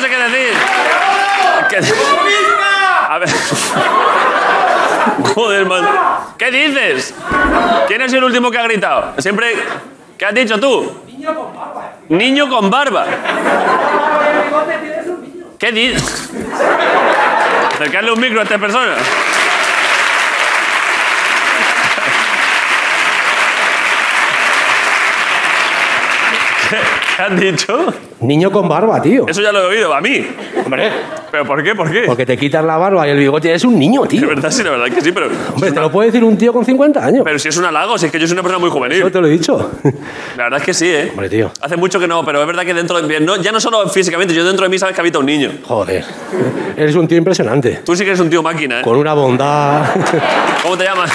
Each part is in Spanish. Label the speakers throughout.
Speaker 1: sé qué decir. ¿Qué- A ver. Joder, man. ¿Qué dices? ¿Quién es el último que ha gritado? Siempre. ¿Qué has dicho tú? Niño con barba. Niño con barba. ¿Qué dices? Acercarle un micro a esta persona. ¿Qué- ¿Qué has dicho?
Speaker 2: Niño con barba, tío.
Speaker 1: Eso ya lo he oído, a mí.
Speaker 2: Hombre.
Speaker 1: ¿Pero por qué? ¿Por qué?
Speaker 2: Porque te quitas la barba y el bigote eres un niño,
Speaker 1: De
Speaker 2: tío.
Speaker 1: verdad, sí, la verdad que sí, pero.
Speaker 2: Hombre, te lo puede decir un tío con 50 años.
Speaker 1: Pero si es un halago, si es que yo soy una persona muy
Speaker 2: Yo
Speaker 1: juvenil.
Speaker 2: te lo he dicho.
Speaker 1: La verdad es que sí, ¿eh?
Speaker 2: Hombre, tío.
Speaker 1: Hace mucho que no, pero es verdad que dentro de mí, no- ya no solo físicamente, yo dentro de mí sabes que habita un niño.
Speaker 2: Joder. Eres un tío impresionante.
Speaker 1: Tú sí que eres un tío máquina, ¿eh?
Speaker 2: Con una bondad.
Speaker 1: ¿Cómo te llamas?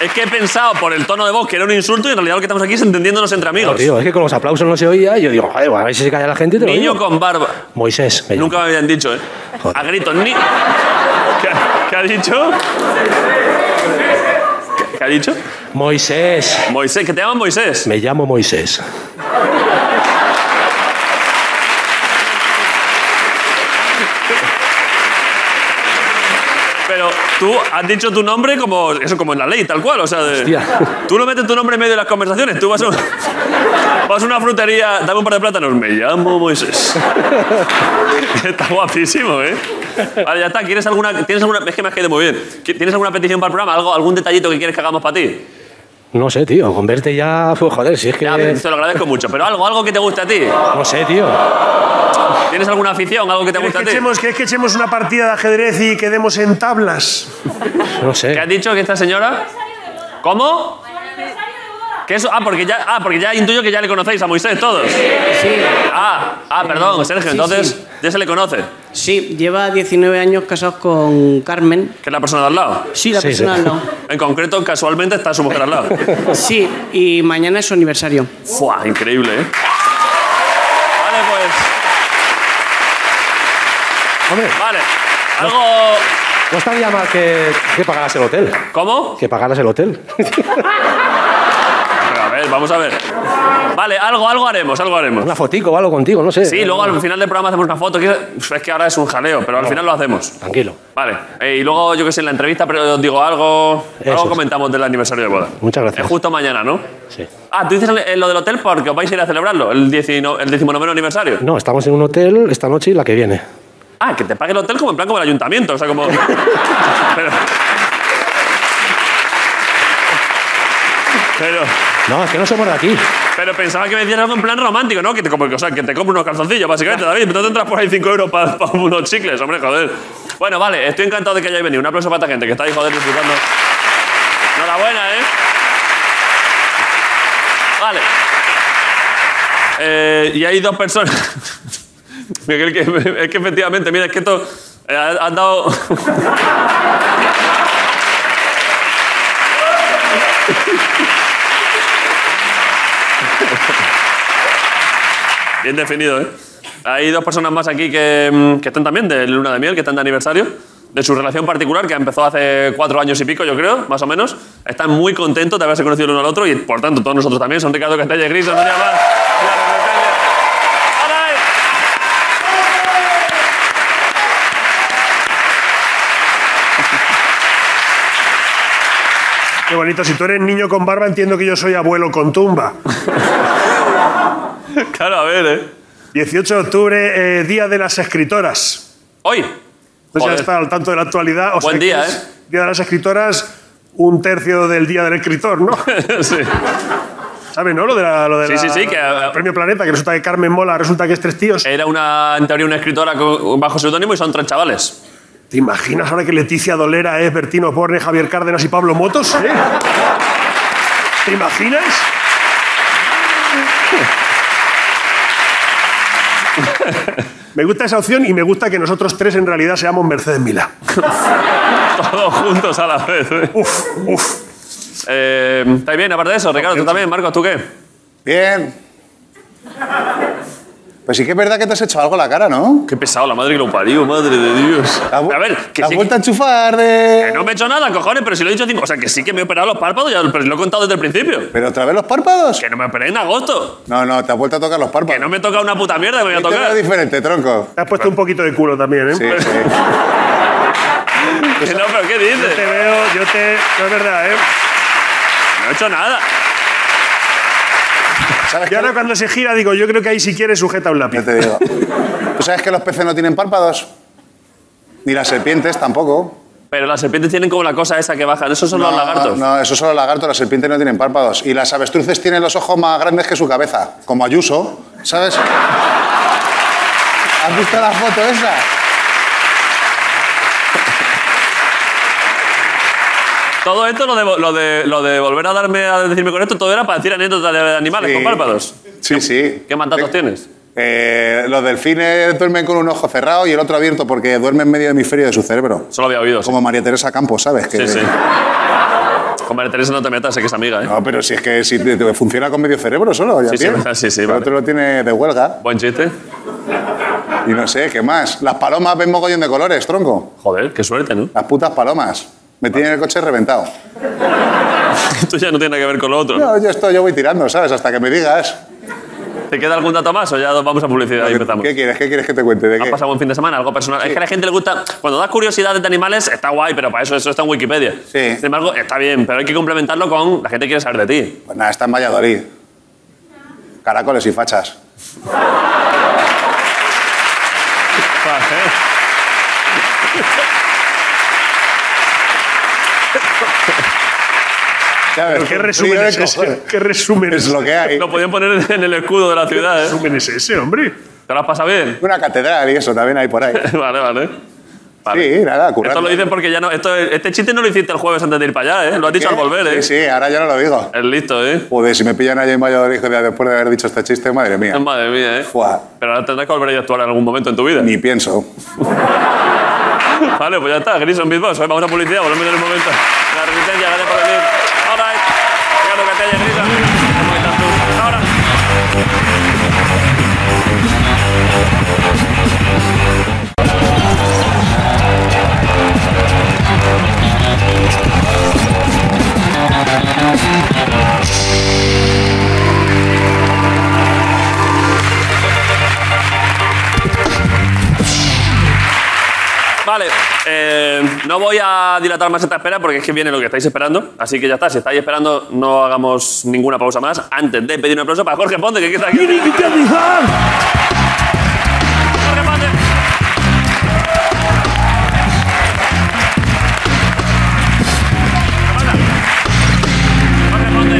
Speaker 1: Es que he pensado por el tono de voz que era un insulto y en realidad lo que estamos aquí es entendiéndonos entre
Speaker 2: No,
Speaker 1: amigos.
Speaker 2: tío, es que con los aplausos no se oía y yo digo, joder, a ver si se calla la gente y te lo
Speaker 1: Niño
Speaker 2: digo.
Speaker 1: con barba.
Speaker 2: Moisés. me
Speaker 1: Nunca me habían dicho, ¿eh?
Speaker 2: Joder.
Speaker 1: A gritos, ni... ¿Qué, ha- qué ha dicho? ¿Qué, qué ha dicho?
Speaker 2: llamo. Moisés.
Speaker 1: Moisés, que te llaman Moisés.
Speaker 2: Me llamo Moisés.
Speaker 1: Pero tú has dicho tu nombre como eso como en la ley, tal cual. O sea, de-
Speaker 2: Hostia.
Speaker 1: tú no metes tu nombre en medio de las conversaciones. Tú vas a, un- vas a una frutería, dame un par de plátanos. Me llamo Moisés. Está guapísimo, ¿eh? Vale, ya está. ¿Quieres alguna, ¿Tienes alguna.? Es que me has caído muy bien. ¿Qui- ¿Tienes alguna petición para el programa? ¿Algo, ¿Algún detallito que quieres que hagamos para ti?
Speaker 2: No sé, tío, con verte ya. fue- Joder, si es que.
Speaker 1: Ya,
Speaker 3: Eh.
Speaker 1: te lo agradezco mucho. Pero algo, algo que te guste a ti.
Speaker 2: No sé, tío.
Speaker 1: ¿Tienes alguna afición? ¿Algo que te
Speaker 4: ¿Quieres
Speaker 1: guste
Speaker 4: que,
Speaker 1: a ti?
Speaker 4: echemos, quieres que echemos una partida de ajedrez y quedemos en tablas?
Speaker 2: No
Speaker 1: ¿Qué
Speaker 2: sé.
Speaker 1: ha dicho que esta señora? ¿Cómo? Que eso, ah, porque ya, ah, porque ya intuyo que ya le conocéis a Moisés todos.
Speaker 5: Sí,
Speaker 1: Ah, ah, perdón, Sergio,
Speaker 5: sí,
Speaker 1: entonces
Speaker 5: sí.
Speaker 1: ya se le conoce, que
Speaker 5: sí, lleva 19 años casados con Carmen.
Speaker 1: es la persona de al lado.
Speaker 5: Sí, la
Speaker 2: Sí,
Speaker 5: persona
Speaker 2: sí.
Speaker 5: al lado.
Speaker 1: En concreto, casualmente está su mujer al lado.
Speaker 5: Sí, y mañana es su aniversario.
Speaker 1: Fua, increíble, ¿eh? Vale, pues,
Speaker 2: Hombre,
Speaker 1: vale. Algo...
Speaker 2: no estaría mal que, que pagaras el hotel.
Speaker 1: ¿Cómo?
Speaker 2: Que pagaras el hotel.
Speaker 1: Pero a ver, vamos a ver. Vale, algo, algo haremos, algo haremos.
Speaker 2: Una fotico o algo contigo, no sé.
Speaker 1: Sí, luego al final del programa hacemos una foto. que Es es que ahora es un jaleo, pero al final lo hacemos.
Speaker 2: Tranquilo.
Speaker 1: Vale, eh, y luego yo que sé, en la entrevista pero digo algo,
Speaker 2: Eso
Speaker 1: algo
Speaker 2: es.
Speaker 1: comentamos del aniversario de boda.
Speaker 2: Muchas gracias.
Speaker 1: Es justo mañana, ¿no?
Speaker 2: Sí.
Speaker 1: Ah, tú dices el- el- lo del hotel porque os vais a ir a celebrarlo, el, 19 el 19 aniversario.
Speaker 2: No, estamos en un hotel esta noche y la que viene.
Speaker 1: Ah, que te pague el hotel como en plan como el ayuntamiento, o sea, como... pero... pero...
Speaker 2: No, es que no somos de aquí.
Speaker 1: Pero pensaba que me decías algo en plan romántico, ¿no? Que te, como que- o sea, que te compro unos calzoncillos, básicamente, David. Pero no tendrás por ahí 5 euros para unos chicles, hombre, joder. Bueno, vale, estoy encantado de que hayáis venido. Un aplauso para esta gente que está ahí, joder, disfrutando. Enhorabuena, ¿eh? Vale. Eh, y hay dos personas. Miguel, que, es que efectivamente, mira, es que esto. eh, ha- han dado. Bien definido, ¿eh? Hay dos personas más aquí que, mm, que están también de luna de miel, que están de aniversario, de su relación particular, que empezó hace cuatro años y pico, yo creo, más o menos. Están muy contentos de haberse conocido el uno al otro y, por tanto, todos nosotros también. Son Ricardo Castella y Gris, Antonio Abad, Clara Castella. ¡Hola!
Speaker 4: eh! Qué bonito. Si tú eres niño con barba, entiendo que yo soy abuelo con tumba.
Speaker 1: Claro, a ver, ¿eh?
Speaker 4: 18 de octubre, eh, Día de las Escritoras.
Speaker 1: Hoy.
Speaker 4: Entonces Pues ya
Speaker 1: Joder.
Speaker 4: está al tanto de la actualidad. O sea
Speaker 1: Buen
Speaker 4: que
Speaker 1: día,
Speaker 4: es
Speaker 1: ¿eh?
Speaker 4: Día de las Escritoras, un tercio del Día del Escritor, ¿no?
Speaker 1: sí.
Speaker 4: ¿Sabes, no? Lo de la, lo de
Speaker 1: Sí,
Speaker 4: la-
Speaker 1: sí, sí, que- eh,
Speaker 4: el Premio Planeta, que resulta que Carmen Mola resulta que es tres tíos.
Speaker 1: Era una, en teoría una escritora con- bajo seudónimo y son tres chavales.
Speaker 4: ¿Te imaginas ahora que Leticia Dolera es Bertino Borne, Javier Cárdenas y Pablo Motos? ¿eh? ¿Te imaginas? Me gusta esa opción y me gusta que nosotros tres en realidad seamos Mercedes Milá.
Speaker 1: Todos juntos a la vez. ¿eh?
Speaker 4: Uf, uf.
Speaker 1: Eh, ¿Estáis bien? Aparte de eso, Ricardo, tú también. Marcos, ¿tú qué?
Speaker 6: Bien. Pues sí que es verdad que te has hecho algo a la cara, ¿no?
Speaker 1: Qué pesado, la madre que lo parió, madre de Dios.
Speaker 6: La vu-
Speaker 1: A ver, que
Speaker 6: la
Speaker 1: sí que-
Speaker 6: vuelta a enchufar
Speaker 1: que
Speaker 6: de...
Speaker 1: no me he hecho nada, cojones, pero si lo he dicho cinco... O sea, que sí que me he operado los párpados, ya, pero lo he contado desde el principio.
Speaker 6: ¿Pero otra vez los párpados?
Speaker 1: Que no me operé en agosto.
Speaker 6: No, no, te has vuelto a tocar los párpados.
Speaker 1: Que no me he tocado una puta mierda que me voy a
Speaker 6: Esto
Speaker 1: tocar.
Speaker 6: es diferente, tronco.
Speaker 4: Te has puesto un poquito de culo también, ¿eh?
Speaker 6: Sí, sí.
Speaker 1: Que no, pero ¿qué
Speaker 4: Yo
Speaker 1: dices?
Speaker 4: te veo, yo te... No es verdad, ¿eh?
Speaker 1: No he hecho nada.
Speaker 6: ¿Sabes
Speaker 4: Y
Speaker 6: qué?
Speaker 4: ahora cuando se gira digo, yo creo que ahí si quieres sujeta un lápiz.
Speaker 6: Ya te digo. ¿Tú sabes que los peces no tienen párpados? Ni las serpientes tampoco.
Speaker 1: Pero las serpientes tienen como la cosa esa que bajan. Esos son los lagartos.
Speaker 6: No, eso solo los lagartos, las serpientes no tienen párpados. Y las avestruces tienen los ojos más grandes que su cabeza, como Ayuso, ¿sabes? ¿Has visto la foto esa?
Speaker 1: Todo esto, lo de, vo- lo, de, lo de volver a darme a decirme con esto, todo era para decir anécdotas de de animales
Speaker 6: Sí.
Speaker 1: con párpados.
Speaker 6: Sí, sí.
Speaker 1: ¿Qué mandatos tienes?
Speaker 6: Eh, los delfines duermen con un ojo cerrado y el otro abierto porque duermen en medio hemisferio de su cerebro.
Speaker 1: Solo había oído. Pues sí.
Speaker 6: Como María Teresa Campos, ¿sabes? Que-
Speaker 1: Sí, sí. Con María Teresa no te metas, sé que es amiga, ¿eh?
Speaker 6: No, pero si es que si te- te funciona con medio cerebro solo, ya
Speaker 1: Sí, sí,
Speaker 6: bien.
Speaker 1: sí, sí,
Speaker 6: El
Speaker 1: vale.
Speaker 6: otro lo tiene de huelga
Speaker 1: Buen chiste.
Speaker 6: y no sé, ¿qué más? Las palomas ven mogollón de colores, tronco.
Speaker 1: Joder, qué suerte, ¿no?
Speaker 6: Las putas palomas. Me tienen el coche reventado.
Speaker 1: Esto ya no tiene nada que ver con lo otro. ¿no?
Speaker 6: No, yo esto yo voy tirando, ¿sabes? Hasta que me digas.
Speaker 1: ¿Te queda algún dato más o ya vamos a publicidad y empezamos?
Speaker 6: ¿Qué quieres? ¿Qué quieres que te cuente? ¿De
Speaker 1: ¿Has
Speaker 6: qué?
Speaker 1: pasado buen fin de semana? ¿Algo personal? Es que a la gente le gusta... Cuando das curiosidades de animales, está guay, pero para eso eso está en Wikipedia.
Speaker 6: Sí.
Speaker 1: Sin embargo, está bien, pero hay que complementarlo con... La gente quiere saber de ti.
Speaker 6: Pues nada, está en Valladolid. Caracoles y fachas. Ya ves,
Speaker 4: Pero qué
Speaker 6: un
Speaker 4: resumen
Speaker 6: frío de
Speaker 4: es ese.
Speaker 6: cojones.
Speaker 4: Qué resumen
Speaker 6: ¿eh? Es
Speaker 4: es
Speaker 6: lo que hay.
Speaker 1: Lo podían poner en el escudo de la ciudad, ¿eh?
Speaker 4: resumen es ese, hombre.
Speaker 1: ¿Te lo has pasado bien?
Speaker 6: Una catedral y eso también hay por ahí.
Speaker 1: vale, vale.
Speaker 6: Sí, nada,
Speaker 1: Esto
Speaker 6: currando.
Speaker 1: lo dicen porque ya no... esto- este chiste no lo hiciste el jueves antes de ir para allá, ¿eh? Lo has dicho al volver, ¿eh?
Speaker 6: Sí, sí, ahora ya no lo digo.
Speaker 1: Es listo, ¿eh?
Speaker 6: Joder, si me pillan allí en Valladolid joder, después de haber dicho este chiste, madre mía.
Speaker 1: Madre mía, ¿eh?
Speaker 6: Buah,
Speaker 1: Pero ahora tendrás que volver a actuar en algún momento en tu vida.
Speaker 6: ni pienso.
Speaker 1: Vale, pues ya está, Grison Beatbox. Vamos a publicidad, volvemos en un momento. La resistencia, gracias por venir. All right. Claro que te haya Grison. ¿Cómo estás tú? Ahora. Vale, eh, no voy a dilatar más esta espera porque es que viene lo que estáis esperando. Así que ya está, si estáis esperando, no hagamos ninguna pausa más antes de pedir un aplauso para Jorge Ponte, que está aquí. Jorge Ponte. Hola. Jorge Ponte.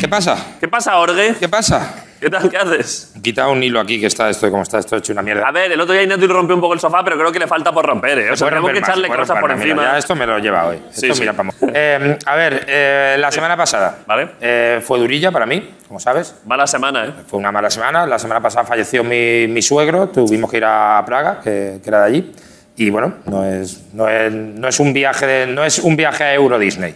Speaker 7: ¿Qué pasa?
Speaker 1: ¿Qué pasa, Jorge?
Speaker 7: ¿Qué pasa?
Speaker 1: ¿Qué tal? ¿Qué haces?
Speaker 7: He quitado un hilo aquí que está esto, como está esto hecho una mierda.
Speaker 1: A ver, el otro día Inetil rompió un poco el sofá, pero creo que le falta por romper, ¿eh? O sea,
Speaker 7: Puedo
Speaker 1: tenemos que
Speaker 7: romper pues más,
Speaker 1: echarle
Speaker 7: puedo
Speaker 1: cosas por
Speaker 7: romper más, mira,
Speaker 1: encima.
Speaker 7: ya esto me lo lleva hoy.
Speaker 1: Sí,
Speaker 7: Esto
Speaker 1: sí.
Speaker 7: mira, vamos. Eh, a ver, eh, la semana pasada
Speaker 1: Vale.
Speaker 7: eh, fue durilla para mí, como sabes.
Speaker 1: Mala semana, ¿eh?
Speaker 7: Fue una mala semana. La semana pasada falleció mi, mi suegro. Tuvimos que ir a Praga, que, que era de allí. Y bueno, no es, no es, no es un viaje de- no es un viaje a Euro Disney.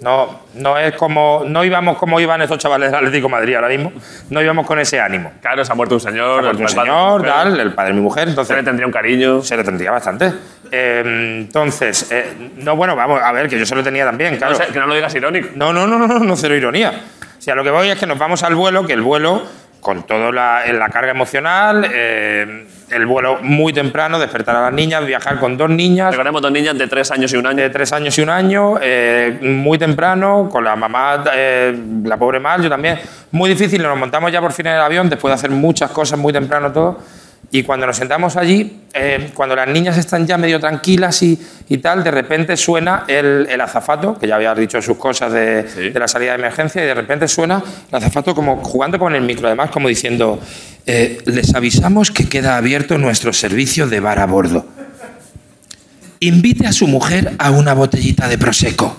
Speaker 7: No, no es como no íbamos como iban estos chavales del Atlético de Madrid ahora mismo. No íbamos con ese ánimo.
Speaker 1: Claro, se ha muerto un señor,
Speaker 7: Porque un
Speaker 1: el padre de
Speaker 7: Pues señor,
Speaker 1: mujer.
Speaker 7: tal, el padre de mi mujer,
Speaker 1: Se le
Speaker 7: entonces
Speaker 1: tendría un cariño.
Speaker 7: se le tendría bastante. Eh, entonces, eh, no, bueno, vamos, a ver, que yo se lo tenía también, claro.
Speaker 1: O sea, que no lo digas irónico.
Speaker 7: No, no, no, no, no, no, cero ironía. O sea, lo que voy es que nos vamos al vuelo, que el vuelo, con toda la, en la carga emocional, eh, el vuelo muy temprano, despertar a las niñas, viajar con dos niñas
Speaker 1: Recordemos dos niñas de tres años y un año.
Speaker 7: de tres años y un año, eh, muy temprano, con la mamá, eh, la pobre mal, yo también. Muy difícil, nos montamos ya por fin en el avión, después de hacer muchas cosas muy temprano todo. Y cuando nos sentamos allí, eh, cuando las niñas están ya medio tranquilas y, y tal, de repente suena el, el azafato, que ya había dicho sus cosas de,
Speaker 1: Sí.
Speaker 7: de la salida de emergencia, y de repente suena el azafato como jugando con el micro, además, como diciendo: eh, Les avisamos que queda abierto nuestro servicio de bar a bordo. Invite a su mujer a una botellita de prosecco.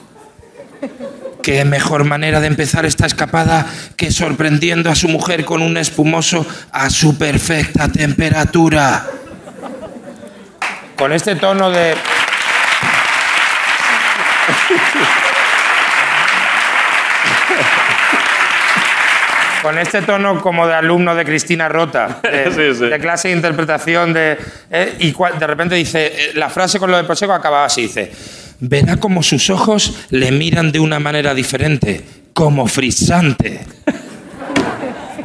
Speaker 7: Qué mejor manera de empezar esta escapada que sorprendiendo a su mujer con un espumoso a su perfecta temperatura. Con este tono de con este tono como de alumno de Cristina Rota, de,
Speaker 1: Sí, sí.
Speaker 7: de clase de interpretación, de, eh, y cua- de repente dice, eh, la frase con lo de Pacheco acababa así, dice, verá como sus ojos le miran de una manera diferente, como frisante.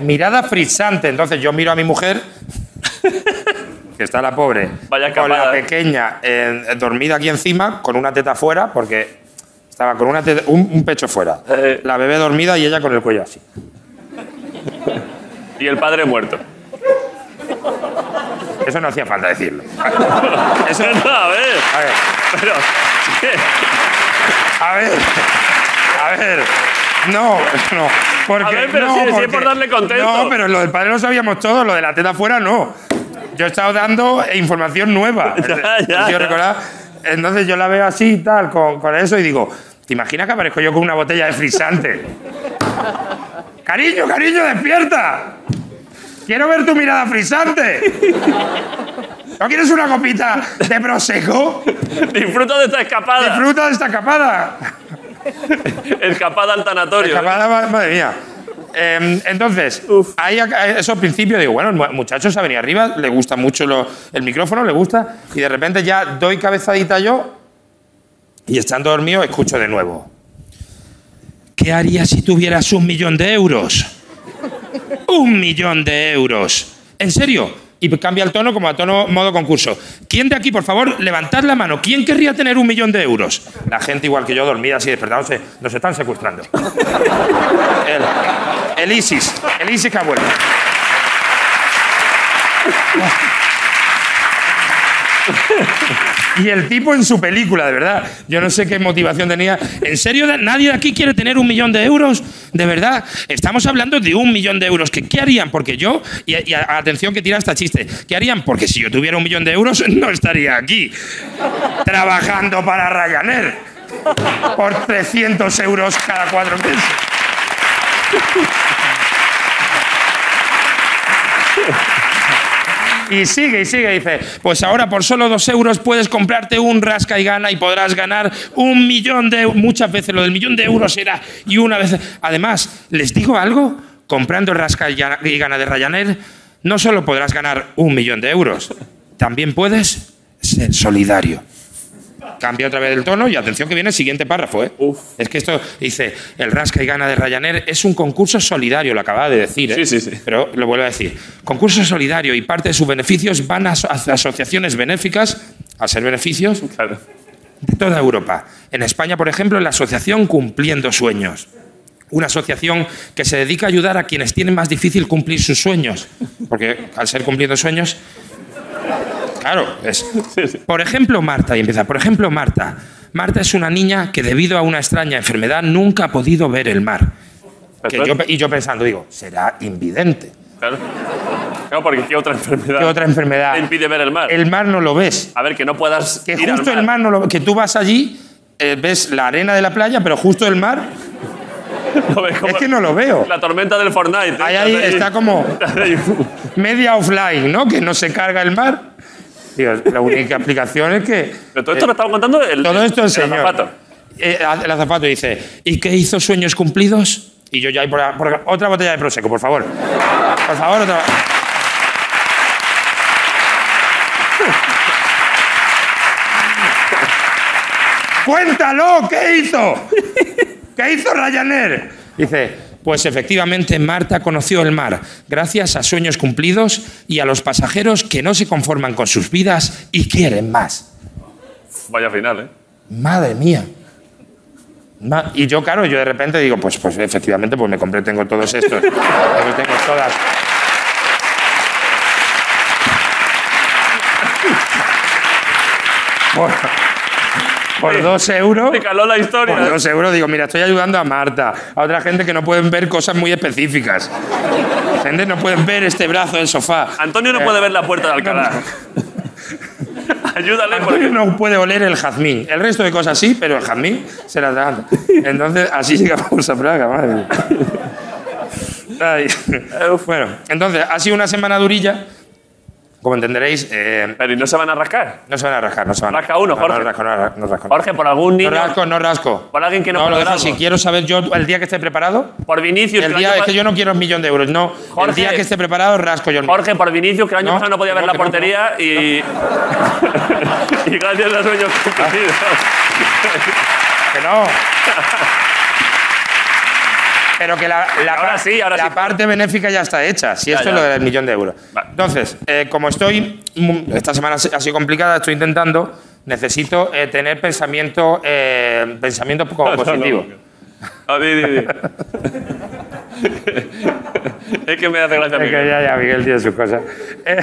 Speaker 7: Mirada frisante, entonces yo miro a mi mujer, que está la pobre,
Speaker 1: Vaya
Speaker 7: con
Speaker 1: capada,
Speaker 7: la
Speaker 1: eh.
Speaker 7: pequeña eh, dormida aquí encima, con una teta fuera, porque estaba con una teta- un, un pecho fuera,
Speaker 1: Eh.
Speaker 7: la bebé dormida y ella con el cuello así.
Speaker 1: Y el padre muerto.
Speaker 7: Eso no hacía falta decirlo. Eso-
Speaker 1: No, a ver,
Speaker 7: a ver,
Speaker 1: pero...
Speaker 7: a ver, a ver. No, no. Porque,
Speaker 1: A ver, pero
Speaker 7: no,
Speaker 1: sí, sí,
Speaker 7: porque-
Speaker 1: por darle contexto.
Speaker 7: No, pero lo del padre lo sabíamos todos, lo de la teta fuera no. Yo he estado dando información nueva.
Speaker 1: Ya, ya, ya.
Speaker 7: Yo recordaba- entonces yo la veo así y tal, con, con eso, y digo, ¿te imaginas que aparezco yo con una botella de frisante? cariño, cariño, despierta. Quiero ver tu mirada frisante. ¿No quieres una copita de prosecco?
Speaker 1: Disfruta de esta escapada.
Speaker 7: Disfruta de esta capada.
Speaker 1: Escapada al tanatorio. ¿eh?
Speaker 7: Escapada, ma- madre mía. Eh, entonces, ahí ac- eso al principio digo, bueno, el mu- muchacho se ha venido arriba, le gusta mucho lo- el micrófono, le gusta, y de repente ya doy cabezadita yo y estando dormido escucho de nuevo. ¿Qué harías si tuvieras un millón de euros? un millón de euros. ¿En serio? Y cambia el tono como a tono modo concurso. ¿Quién de aquí, por favor, levantad la mano? ¿Quién querría tener un millón de euros? La gente, igual que yo, dormida así despertándose, nos están secuestrando. el, el ISIS, el ISIS que ha vuelto. Y el tipo en su película, de verdad. Yo no sé qué motivación tenía. ¿En serio nadie de aquí quiere tener un millón de euros? De verdad. Estamos hablando de un millón de euros. ¿Qué, qué harían? Porque yo, y, y a- atención que tira esta chiste, ¿qué harían? Porque si yo tuviera un millón de euros no estaría aquí trabajando para Ryanair por 300 euros cada cuatro meses. Y sigue y sigue, dice, pues ahora por solo dos euros puedes comprarte un rasca y gana y podrás ganar un millón de euros. Muchas veces lo del millón de euros era y una vez... Además, les digo algo, comprando el rasca y gana- y gana de Ryanair, no solo podrás ganar un millón de euros, también puedes ser solidario. Cambia otra vez el tono y atención que viene el siguiente párrafo. ¿eh? Es que esto dice, el rasca y gana de Ryanair es un concurso solidario, lo acababa de decir.
Speaker 1: Sí,
Speaker 7: ¿eh?
Speaker 1: sí, sí.
Speaker 7: Pero lo vuelvo a decir. Concurso solidario y parte de sus beneficios van a aso- a asociaciones benéficas, a ser beneficios,
Speaker 1: Claro.
Speaker 7: de toda Europa. En España, por ejemplo, la asociación Cumpliendo Sueños. Una asociación que se dedica a ayudar a quienes tienen más difícil cumplir sus sueños. Porque al ser cumpliendo sueños. Claro, es. Por ejemplo, Marta, y empieza. Por ejemplo, Marta. Marta es una niña que, debido a una extraña enfermedad, nunca ha podido ver el mar. Que yo pe- y yo pensando, digo, será invidente.
Speaker 1: Claro. Claro, porque ¿qué otra enfermedad?
Speaker 7: ¿Qué otra enfermedad?
Speaker 1: te impide ver el mar?
Speaker 7: El mar no lo ves.
Speaker 1: A ver, que no puedas
Speaker 7: Que
Speaker 1: ir al
Speaker 7: justo
Speaker 1: mar.
Speaker 7: el mar no lo- que tú vas allí, eh, ves la arena de la playa, pero justo el mar
Speaker 1: No ves cómo-
Speaker 7: es que no lo veo.
Speaker 1: La tormenta del Fortnite. ¿eh?
Speaker 7: Ahí, ahí
Speaker 1: Estás
Speaker 7: está como
Speaker 1: estás ahí.
Speaker 7: media offline, ¿no? Que no se carga el mar. Digo, la única explicación es que
Speaker 1: Pero todo esto lo estaba contando el,
Speaker 7: todo esto el
Speaker 1: el
Speaker 7: señor.
Speaker 1: azafato.
Speaker 7: Eh, el azafato dice, ¿y qué hizo sueños cumplidos? Y yo ya ahí por, la- por la- otra botella de prosecco, por favor. Por favor, otra. ¡Cuéntalo! ¿Qué hizo? ¿Qué hizo Ryanair? Dice, pues efectivamente Marta conoció el mar gracias a sueños cumplidos y a los pasajeros que no se conforman con sus vidas y quieren más.
Speaker 1: Vaya final, ¿eh?
Speaker 7: Madre mía. Ma- y yo, claro, yo de repente digo, pues, pues efectivamente, pues me compré, tengo todos estos. Pues tengo todas. Por, por dos euros.
Speaker 1: Caló la historia.
Speaker 7: Por dos euros digo, mira, estoy ayudando a Marta, a otra gente que no pueden ver cosas muy específicas. Gente no pueden ver este brazo del sofá.
Speaker 1: Antonio no
Speaker 7: Eh,
Speaker 1: puede ver la puerta de Alcalá. Ayúdale,
Speaker 7: Antonio
Speaker 1: porque
Speaker 7: no puede oler el jazmín. El resto de cosas sí, pero el jazmín se la traganta. Entonces, así llegamos a Praga, madre mía. Ay. Bueno, entonces, ha sido una semana durilla Como entenderéis, eh,
Speaker 1: Pero ¿y no se van a rascar?
Speaker 7: no se van a rascar, no se van a
Speaker 1: Rasca uno,
Speaker 7: No,
Speaker 1: Jorge.
Speaker 7: No, rasco, no, rasco, no rasco.
Speaker 1: Jorge, por algún
Speaker 7: No
Speaker 1: niño.
Speaker 7: rasco, no rasco.
Speaker 1: Por alguien que no
Speaker 7: lo
Speaker 1: puede
Speaker 7: dejo
Speaker 1: algo.
Speaker 7: así. Quiero saber yo, el día que esté preparado,
Speaker 1: Por Vinicius.
Speaker 7: el
Speaker 1: que
Speaker 7: día
Speaker 1: año
Speaker 7: es que yo no quiero un millón de euros, no.
Speaker 1: Jorge.
Speaker 7: el día que esté preparado, rasco yo el millón.
Speaker 1: Jorge, por Vinicius, que el año
Speaker 7: No,
Speaker 1: pasado no podía
Speaker 7: que
Speaker 1: ver
Speaker 7: no,
Speaker 1: la
Speaker 7: que no,
Speaker 1: portería y. y gracias a sueños cumplidos.
Speaker 7: Ah. Que no. Pero que la, la
Speaker 1: Ahora
Speaker 7: par-
Speaker 1: sí, ahora
Speaker 7: la
Speaker 1: sí.
Speaker 7: parte benéfica ya está hecha. Si
Speaker 1: Ya,
Speaker 7: esto
Speaker 1: ya.
Speaker 7: es lo del millón de euros.
Speaker 1: Vale.
Speaker 7: Entonces, eh, como estoy. mm, Esta semana ha si- ha sido complicada, estoy intentando. Necesito eh, tener pensamiento, eh, pensamiento como
Speaker 1: No, no,
Speaker 7: positivo.
Speaker 1: A mí, di, di. es que me hace gracia.
Speaker 7: Es que
Speaker 1: Miguel.
Speaker 7: ya, ya, Miguel tiene sus cosas. Eh,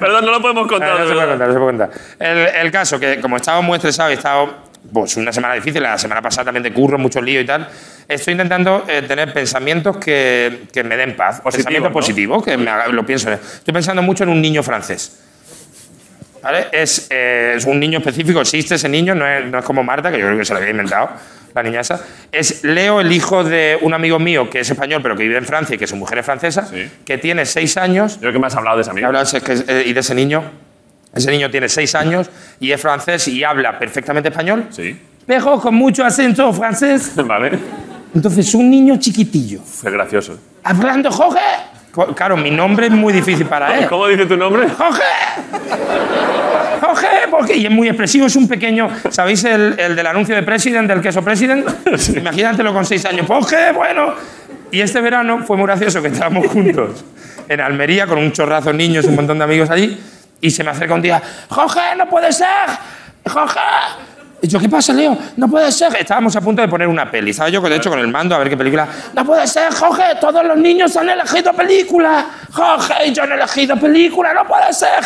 Speaker 1: Perdón, no lo podemos contar.
Speaker 7: Ah, no, Eh, no
Speaker 1: de
Speaker 7: se puede
Speaker 1: verdad.
Speaker 7: contar, no se puede contar. El, el caso, que como estaba muy estresado, he estado pues, una semana difícil, la semana pasada también de curro, mucho lío y tal, estoy intentando eh, tener pensamientos que, que me den paz.
Speaker 1: Positivos,
Speaker 7: pensamientos
Speaker 1: ¿no?
Speaker 7: positivos, que me haga- lo pienso. en- Estoy pensando mucho en un niño francés. ¿Vale? Es, eh, es un niño específico, existe ese niño, no es, no es como Marta, que yo creo que se la había inventado, la niña esa. Es Leo, el hijo de un amigo mío que es español, pero que vive en Francia y que su mujer es francesa,
Speaker 1: Sí.
Speaker 7: que tiene seis años
Speaker 1: Yo creo que me has hablado de esa amiga.
Speaker 7: Hablas es que- eh, y de ese niño. Ese niño tiene seis años y es francés y habla perfectamente español,
Speaker 1: Sí.
Speaker 7: pero con mucho acento francés.
Speaker 1: Vale.
Speaker 7: Entonces, un niño chiquitillo,
Speaker 1: Qué gracioso.
Speaker 7: hablando Jorge. Co- Claro, mi nombre es muy difícil para él.
Speaker 1: ¿Cómo dice tu nombre?
Speaker 7: Jorge. Jorge, porque y es muy expresivo, es un pequeño. ¿Sabéis el, el del anuncio de President, del queso President? Imagínatelo con seis años. Jorge, bueno. Y este verano fue muy gracioso que estábamos juntos en Almería con un chorrazo de niños, un montón de amigos allí. Y se me acerca un día, Jorge, no puede ser. Jorge. Y yo, ¿qué pasa, Leo? No puede ser. Estábamos a punto de poner una peli. Estaba yo, de hecho, con el mando a ver qué película. No puede ser, Jorge. Todos los niños han elegido película. Jorge, y yo no he elegido película. No puede ser.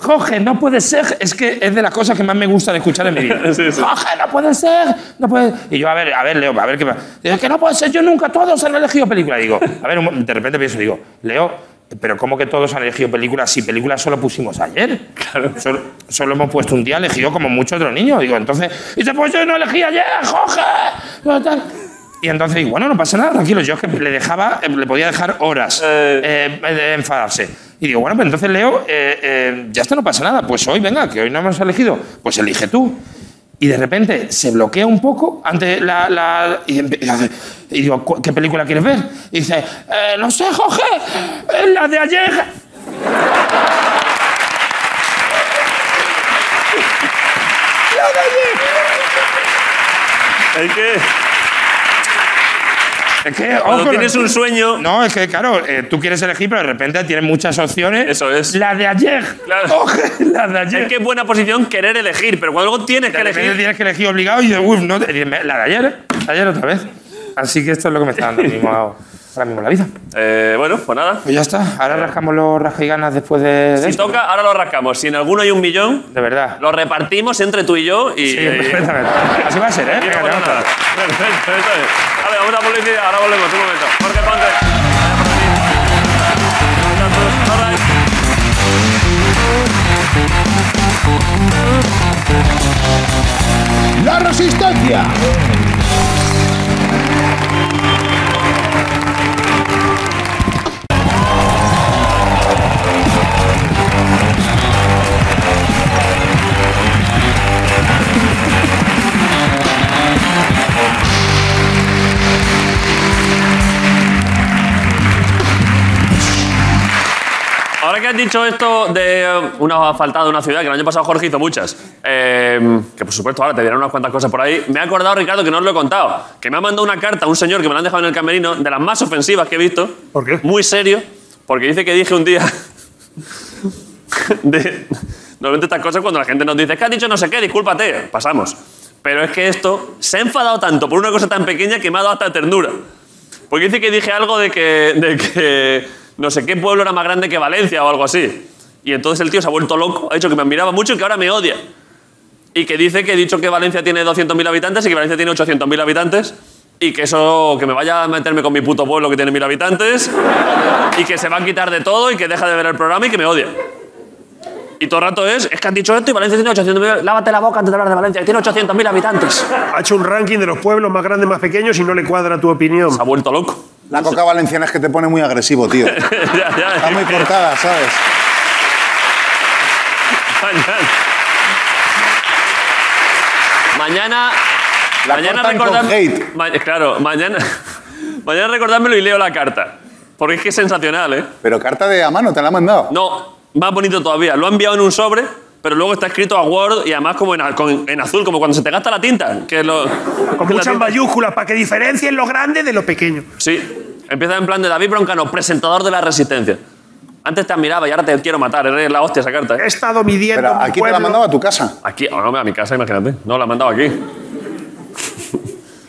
Speaker 7: Jorge, no puede ser. Es que es de las cosas que más me gusta de escuchar en mi vida.
Speaker 1: Sí, sí.
Speaker 7: Jorge, no puede ser. No puede... Y yo, a ver, a ver, Leo, a ver qué pasa. Digo, que no puede ser. Yo nunca, todos han elegido película. Digo, a ver, un mo- de repente pienso, digo, Leo, pero ¿cómo que todos han elegido películas? Si películas solo pusimos ayer. Claro. Solo, solo hemos puesto un día elegido como muchos otros niños. Digo, entonces, y dice, pues yo no elegí ayer, Jorge. Pero tal. Y entonces, digo, bueno, no pasa nada, tranquilo. Yo es que le dejaba, eh, le podía dejar horas
Speaker 1: Eh,
Speaker 7: eh, eh, enfadarse. Y digo, bueno, pues entonces Leo, eh, eh, ya esto no pasa nada. Pues hoy, venga, que hoy no hemos elegido. Pues elige tú. Y de repente se bloquea un poco ante la... la- y, empe- y hace- y digo, "¿Cu- ¿qué película quieres ver? Y dice, "Eh, no sé, Jorge, eh, la de ayer.
Speaker 1: Es que
Speaker 7: Es que,
Speaker 1: cuando
Speaker 7: ojo,
Speaker 1: tienes un sueño.
Speaker 7: No, es que claro, eh, tú quieres elegir, pero de repente tienes muchas opciones.
Speaker 1: Eso es.
Speaker 7: La de ayer.
Speaker 1: Claro.
Speaker 7: Jorge, la de ayer.
Speaker 1: Es que es buena posición querer elegir, pero cuando algo tienes que
Speaker 7: De repente
Speaker 1: elegir.
Speaker 7: tienes que elegir obligado y dices, uff, no, te- y me- la de ayer, ayer otra vez. Así que esto es lo que me está dando ahora mismo, ahora mismo la vida.
Speaker 1: Eh, bueno, pues nada.
Speaker 7: Pues ya está, ahora rascamos los rascaiganas después de, de
Speaker 1: Si
Speaker 7: esto.
Speaker 1: toca, ahora lo rascamos. Si en alguno hay un millón,
Speaker 7: De verdad.
Speaker 1: lo repartimos entre tú y yo y.
Speaker 7: Sí,
Speaker 1: y-
Speaker 7: perfectamente. Así va a ser, ¿eh?
Speaker 1: y no
Speaker 7: Venga,
Speaker 1: pasa
Speaker 7: tenemos
Speaker 1: nada. Perfecto, eso es. Vale, vamos a publicidad, ahora volvemos un momento. Jorge Ponte. vaya por aquí. Tantos, all right.
Speaker 6: ¡La resistencia!
Speaker 1: Ahora que has dicho esto de eh, una faltada de una ciudad, que el año pasado Jorge hizo muchas, eh, que por supuesto ahora te dirán unas cuantas cosas por ahí, me he acordado, Ricardo, que no os lo he contado, que me ha mandado una carta un señor que me la han dejado en el camerino, de las más ofensivas que he visto.
Speaker 4: ¿Por qué?
Speaker 1: Muy serio, porque dice que dije un día... de- normalmente estas cosas cuando la gente nos dice, es que has dicho no sé qué, discúlpate, pasamos. Pero es que esto se ha enfadado tanto por una cosa tan pequeña que me ha dado hasta ternura. Porque dice que dije algo de que, de que no sé qué pueblo era más grande que Valencia o algo así. Y entonces el tío se ha vuelto loco, ha dicho que me admiraba mucho y que ahora me odia. Y que dice que he dicho que Valencia tiene 200.000 habitantes y que Valencia tiene 800.000 habitantes. Y que eso, que me vaya a meterme con mi puto pueblo que tiene 1.000 habitantes. Y que se va a quitar de todo y que deja de ver el programa y que me odia. Y todo el rato es, es que han dicho esto y Valencia tiene 800.000... Lávate la boca antes de hablar de Valencia, que tiene 800.000 habitantes.
Speaker 4: Ha hecho un ranking de los pueblos más grandes, más pequeños y no le cuadra tu opinión.
Speaker 1: Se ha vuelto loco.
Speaker 6: La coca valenciana es que te pone muy agresivo, tío.
Speaker 1: ya, ya.
Speaker 6: Está muy cortada, ¿sabes?
Speaker 1: Mañana. Mañana.
Speaker 6: La
Speaker 1: mañana
Speaker 6: cortan con
Speaker 1: recordad-
Speaker 6: hate.
Speaker 1: ma- eh, claro, mañana. Mañana recordádmelo y leo la carta. Porque es que es sensacional, ¿eh?
Speaker 6: Pero carta de a mano, te la han mandado.
Speaker 1: No, más bonito todavía. Lo ha enviado en un sobre, pero luego está escrito a Word y además como en, a- con- en azul, como cuando se te gasta la tinta. Que lo,
Speaker 4: Con
Speaker 1: que la
Speaker 4: muchas
Speaker 1: tinta-
Speaker 4: mayúsculas, para que diferencien lo grande de lo pequeño.
Speaker 1: Sí. Empieza en plan de David Broncano, presentador de la Resistencia. Antes te admiraba y ahora te quiero matar. Eres la hostia esa carta, ¿eh?
Speaker 4: He estado midiendo.
Speaker 6: Pero
Speaker 4: mi
Speaker 6: aquí te la han
Speaker 4: pueblo.
Speaker 6: mandado a tu casa.
Speaker 1: Aquí, ahora a mi casa, imagínate. No, la han mandado aquí.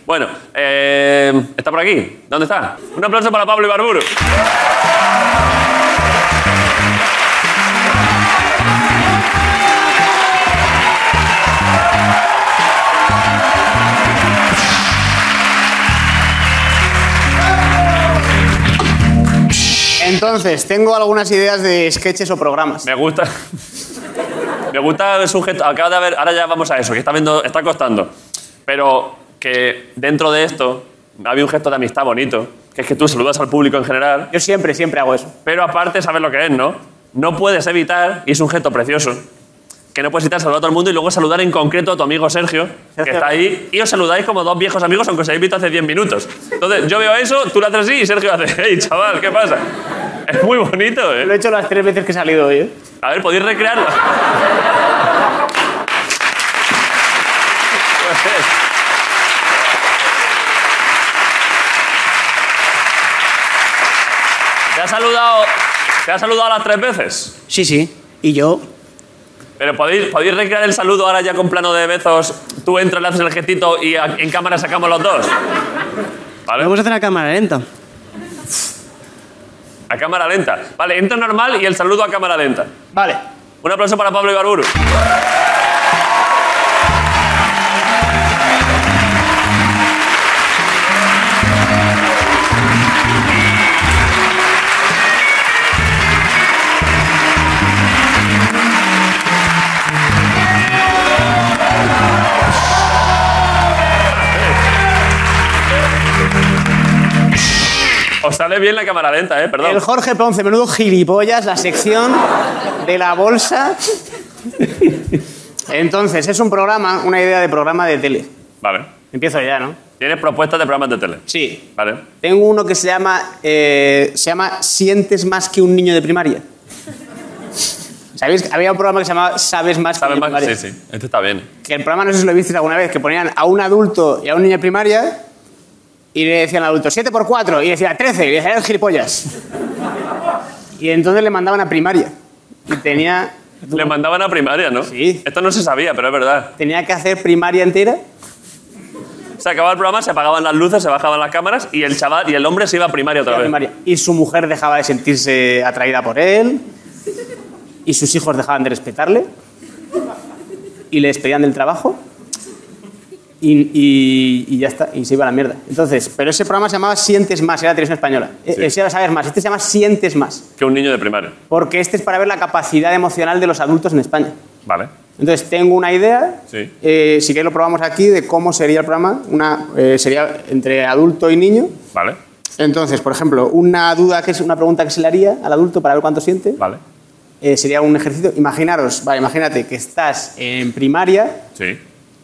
Speaker 1: bueno, eh, está por aquí. ¿Dónde está? Un aplauso para Pablo Ibarburu.
Speaker 5: Entonces, tengo algunas ideas de sketches o programas.
Speaker 1: Me gusta. Me gusta el sujeto. Acaba de haber. Ahora ya vamos a eso, que está, viendo, está costando. Pero que dentro de esto había un gesto de amistad bonito, que es que tú saludas al público en general,
Speaker 5: Yo siempre, siempre hago eso.
Speaker 1: pero aparte sabes lo que es, ¿no? No puedes evitar, y es un gesto precioso, que no puedes evitar saludar a todo el mundo y luego saludar en concreto a tu amigo Sergio, que está ahí, y os saludáis como dos viejos amigos, aunque os hayáis visto hace 10 minutos. Entonces, yo veo eso, tú lo haces así y Sergio hace, hey, chaval, ¿qué pasa? Es muy bonito, ¿eh?
Speaker 5: Lo he hecho las tres veces que he salido hoy. ¿eh?
Speaker 1: A ver, podéis recrearlo. Te ha saludado, te ha saludado las tres veces.
Speaker 5: Sí, sí. Y yo,
Speaker 1: Pero podéis, podéis recrear el saludo ahora ya con plano de besos. Tú entras, le haces el gestito y a- en cámara sacamos los dos.
Speaker 5: lo
Speaker 1: ¿Vale?
Speaker 5: vamos a hacer a cámara lenta.
Speaker 1: A cámara lenta. Vale, entra normal y el saludo a cámara lenta.
Speaker 5: Vale.
Speaker 1: Un aplauso para Pablo Ibarburu. Os sale bien la cámara lenta, ¿eh? Perdón.
Speaker 5: El Jorge Ponce, menudo gilipollas, la sección de la bolsa. Entonces, es un programa, una idea de programa de tele.
Speaker 1: Vale.
Speaker 5: Empiezo ya, ¿no?
Speaker 1: ¿Tienes propuestas de programas de tele?
Speaker 5: Sí.
Speaker 1: Vale.
Speaker 5: Tengo uno que se llama, eh, se llama Sientes más que un niño de primaria. ¿Sabéis? Había un programa que se llamaba Sabes más que un
Speaker 1: ¿Sabes
Speaker 5: niño de
Speaker 1: más?
Speaker 5: primaria.
Speaker 1: Sí, sí. Este está bien.
Speaker 5: Que el programa, no sé si lo visteis alguna vez, que ponían a un adulto y a un niño de primaria y le decían al adulto, 7 por 4, y decía 13, y le decía, "Eres gilipollas. Y entonces le mandaban a primaria. Y tenía,
Speaker 1: Le mandaban a primaria, ¿no?
Speaker 5: Sí.
Speaker 1: Esto no se sabía, pero es verdad.
Speaker 5: tenía que hacer primaria entera.
Speaker 1: Se acababa el programa, se apagaban las luces, se bajaban las cámaras y el chaval y el hombre se iba a primaria otra
Speaker 5: la
Speaker 1: vez.
Speaker 5: primaria. Y su mujer dejaba de sentirse atraída por él. Y sus hijos dejaban de respetarle. Y le despedían del trabajo. Y, y- y ya está, y se iba a la mierda. Entonces, pero ese programa se llamaba Sientes Más, era televisión española. E- Ese era Sabes Más, este se llama Sientes Más.
Speaker 1: Que un niño de primaria.
Speaker 5: Porque este es para ver la capacidad emocional de los adultos en España.
Speaker 1: Vale.
Speaker 5: Entonces, tengo una idea,
Speaker 1: Sí.
Speaker 5: eh, si queréis lo probamos aquí, de cómo sería el programa. Una, eh, sería entre adulto y niño.
Speaker 1: Vale.
Speaker 5: Entonces, por ejemplo, una duda que es una pregunta que se le haría al adulto para ver cuánto siente
Speaker 1: Vale.
Speaker 5: eh, sería un ejercicio. Imaginaros, vale, imagínate que estás en primaria
Speaker 1: Sí.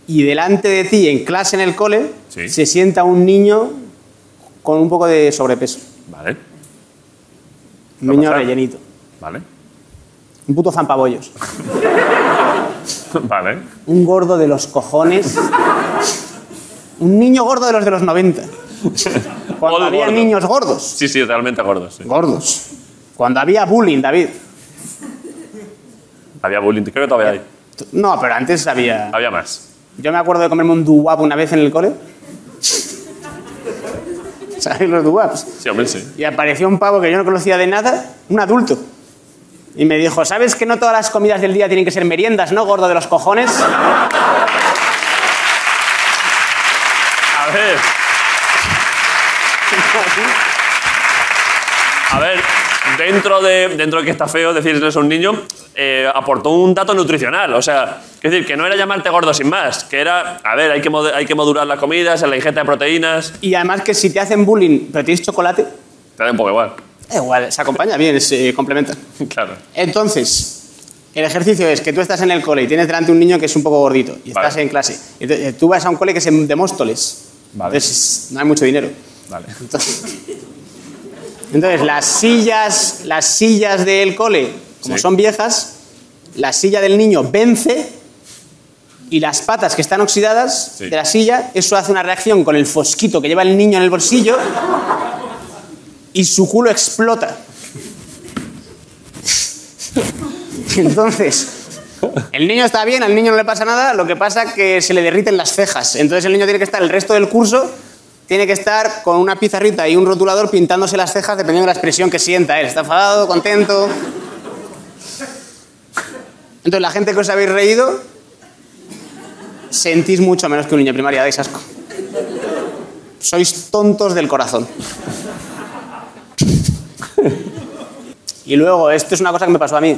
Speaker 5: y delante de ti en clase en el cole
Speaker 1: Sí.
Speaker 5: se sienta un niño con un poco de sobrepeso,
Speaker 1: Vale.
Speaker 5: un
Speaker 1: Va a
Speaker 5: niño
Speaker 1: pasar.
Speaker 5: rellenito,
Speaker 1: Vale.
Speaker 5: un puto zampabollos,
Speaker 1: Vale.
Speaker 5: un gordo de los cojones, un niño gordo de los de los 90. Cuando
Speaker 1: Gordo,
Speaker 5: había
Speaker 1: gordo.
Speaker 5: niños gordos,
Speaker 1: Sí, sí, realmente gordo. sí.
Speaker 5: gordos. Cuando había bullying, David.
Speaker 1: Había bullying, creo que todavía hay.
Speaker 5: No, pero antes había.
Speaker 1: Había más.
Speaker 5: Yo me acuerdo de comerme un duwap una vez en el cole. ¿Sabéis los duwaps?
Speaker 1: Sí, hombre, sí.
Speaker 5: Y apareció un pavo que yo no conocía de nada, un adulto. Y me dijo, ¿sabes que no todas las comidas del día tienen que ser meriendas, no, gordo de los cojones?
Speaker 1: A ver. A ver, dentro de, dentro de que está feo decirle eso a un niño, eh, aportó un dato nutricional. O sea, es decir, que no era llamarte gordo sin más, que era, a ver, hay que, mode- hay que modular las comidas, la ingesta de proteínas,
Speaker 5: Y además que si te hacen bullying, pero tienes chocolate,
Speaker 1: te da un poco igual.
Speaker 5: da igual, se acompaña bien, se complementa.
Speaker 1: Claro.
Speaker 5: Entonces, el ejercicio es que tú estás en el cole y tienes delante un niño que es un poco gordito y estás
Speaker 1: Vale.
Speaker 5: en clase. Entonces, eh, tú vas a un cole que es en- de Móstoles.
Speaker 1: Vale.
Speaker 5: Entonces, no hay mucho dinero.
Speaker 1: Vale.
Speaker 5: Entonces, entonces, las sillas, las sillas del cole, como
Speaker 1: Sí.
Speaker 5: son viejas, la silla del niño vence y las patas que están oxidadas
Speaker 1: Sí.
Speaker 5: de la silla, eso hace una reacción con el fosquito que lleva el niño en el bolsillo y su culo explota. Entonces, el niño está bien, al niño no le pasa nada, lo que pasa que se le derriten las cejas. Entonces el niño tiene que estar el resto del curso, tiene que estar con una pizarrita y un rotulador pintándose las cejas dependiendo de la expresión que sienta. Él está enfadado, contento. Entonces la gente que os habéis reído, sentís mucho menos que un niño de primaria, dais asco. Sois tontos del corazón. Y luego, esto es una cosa que me pasó a mí.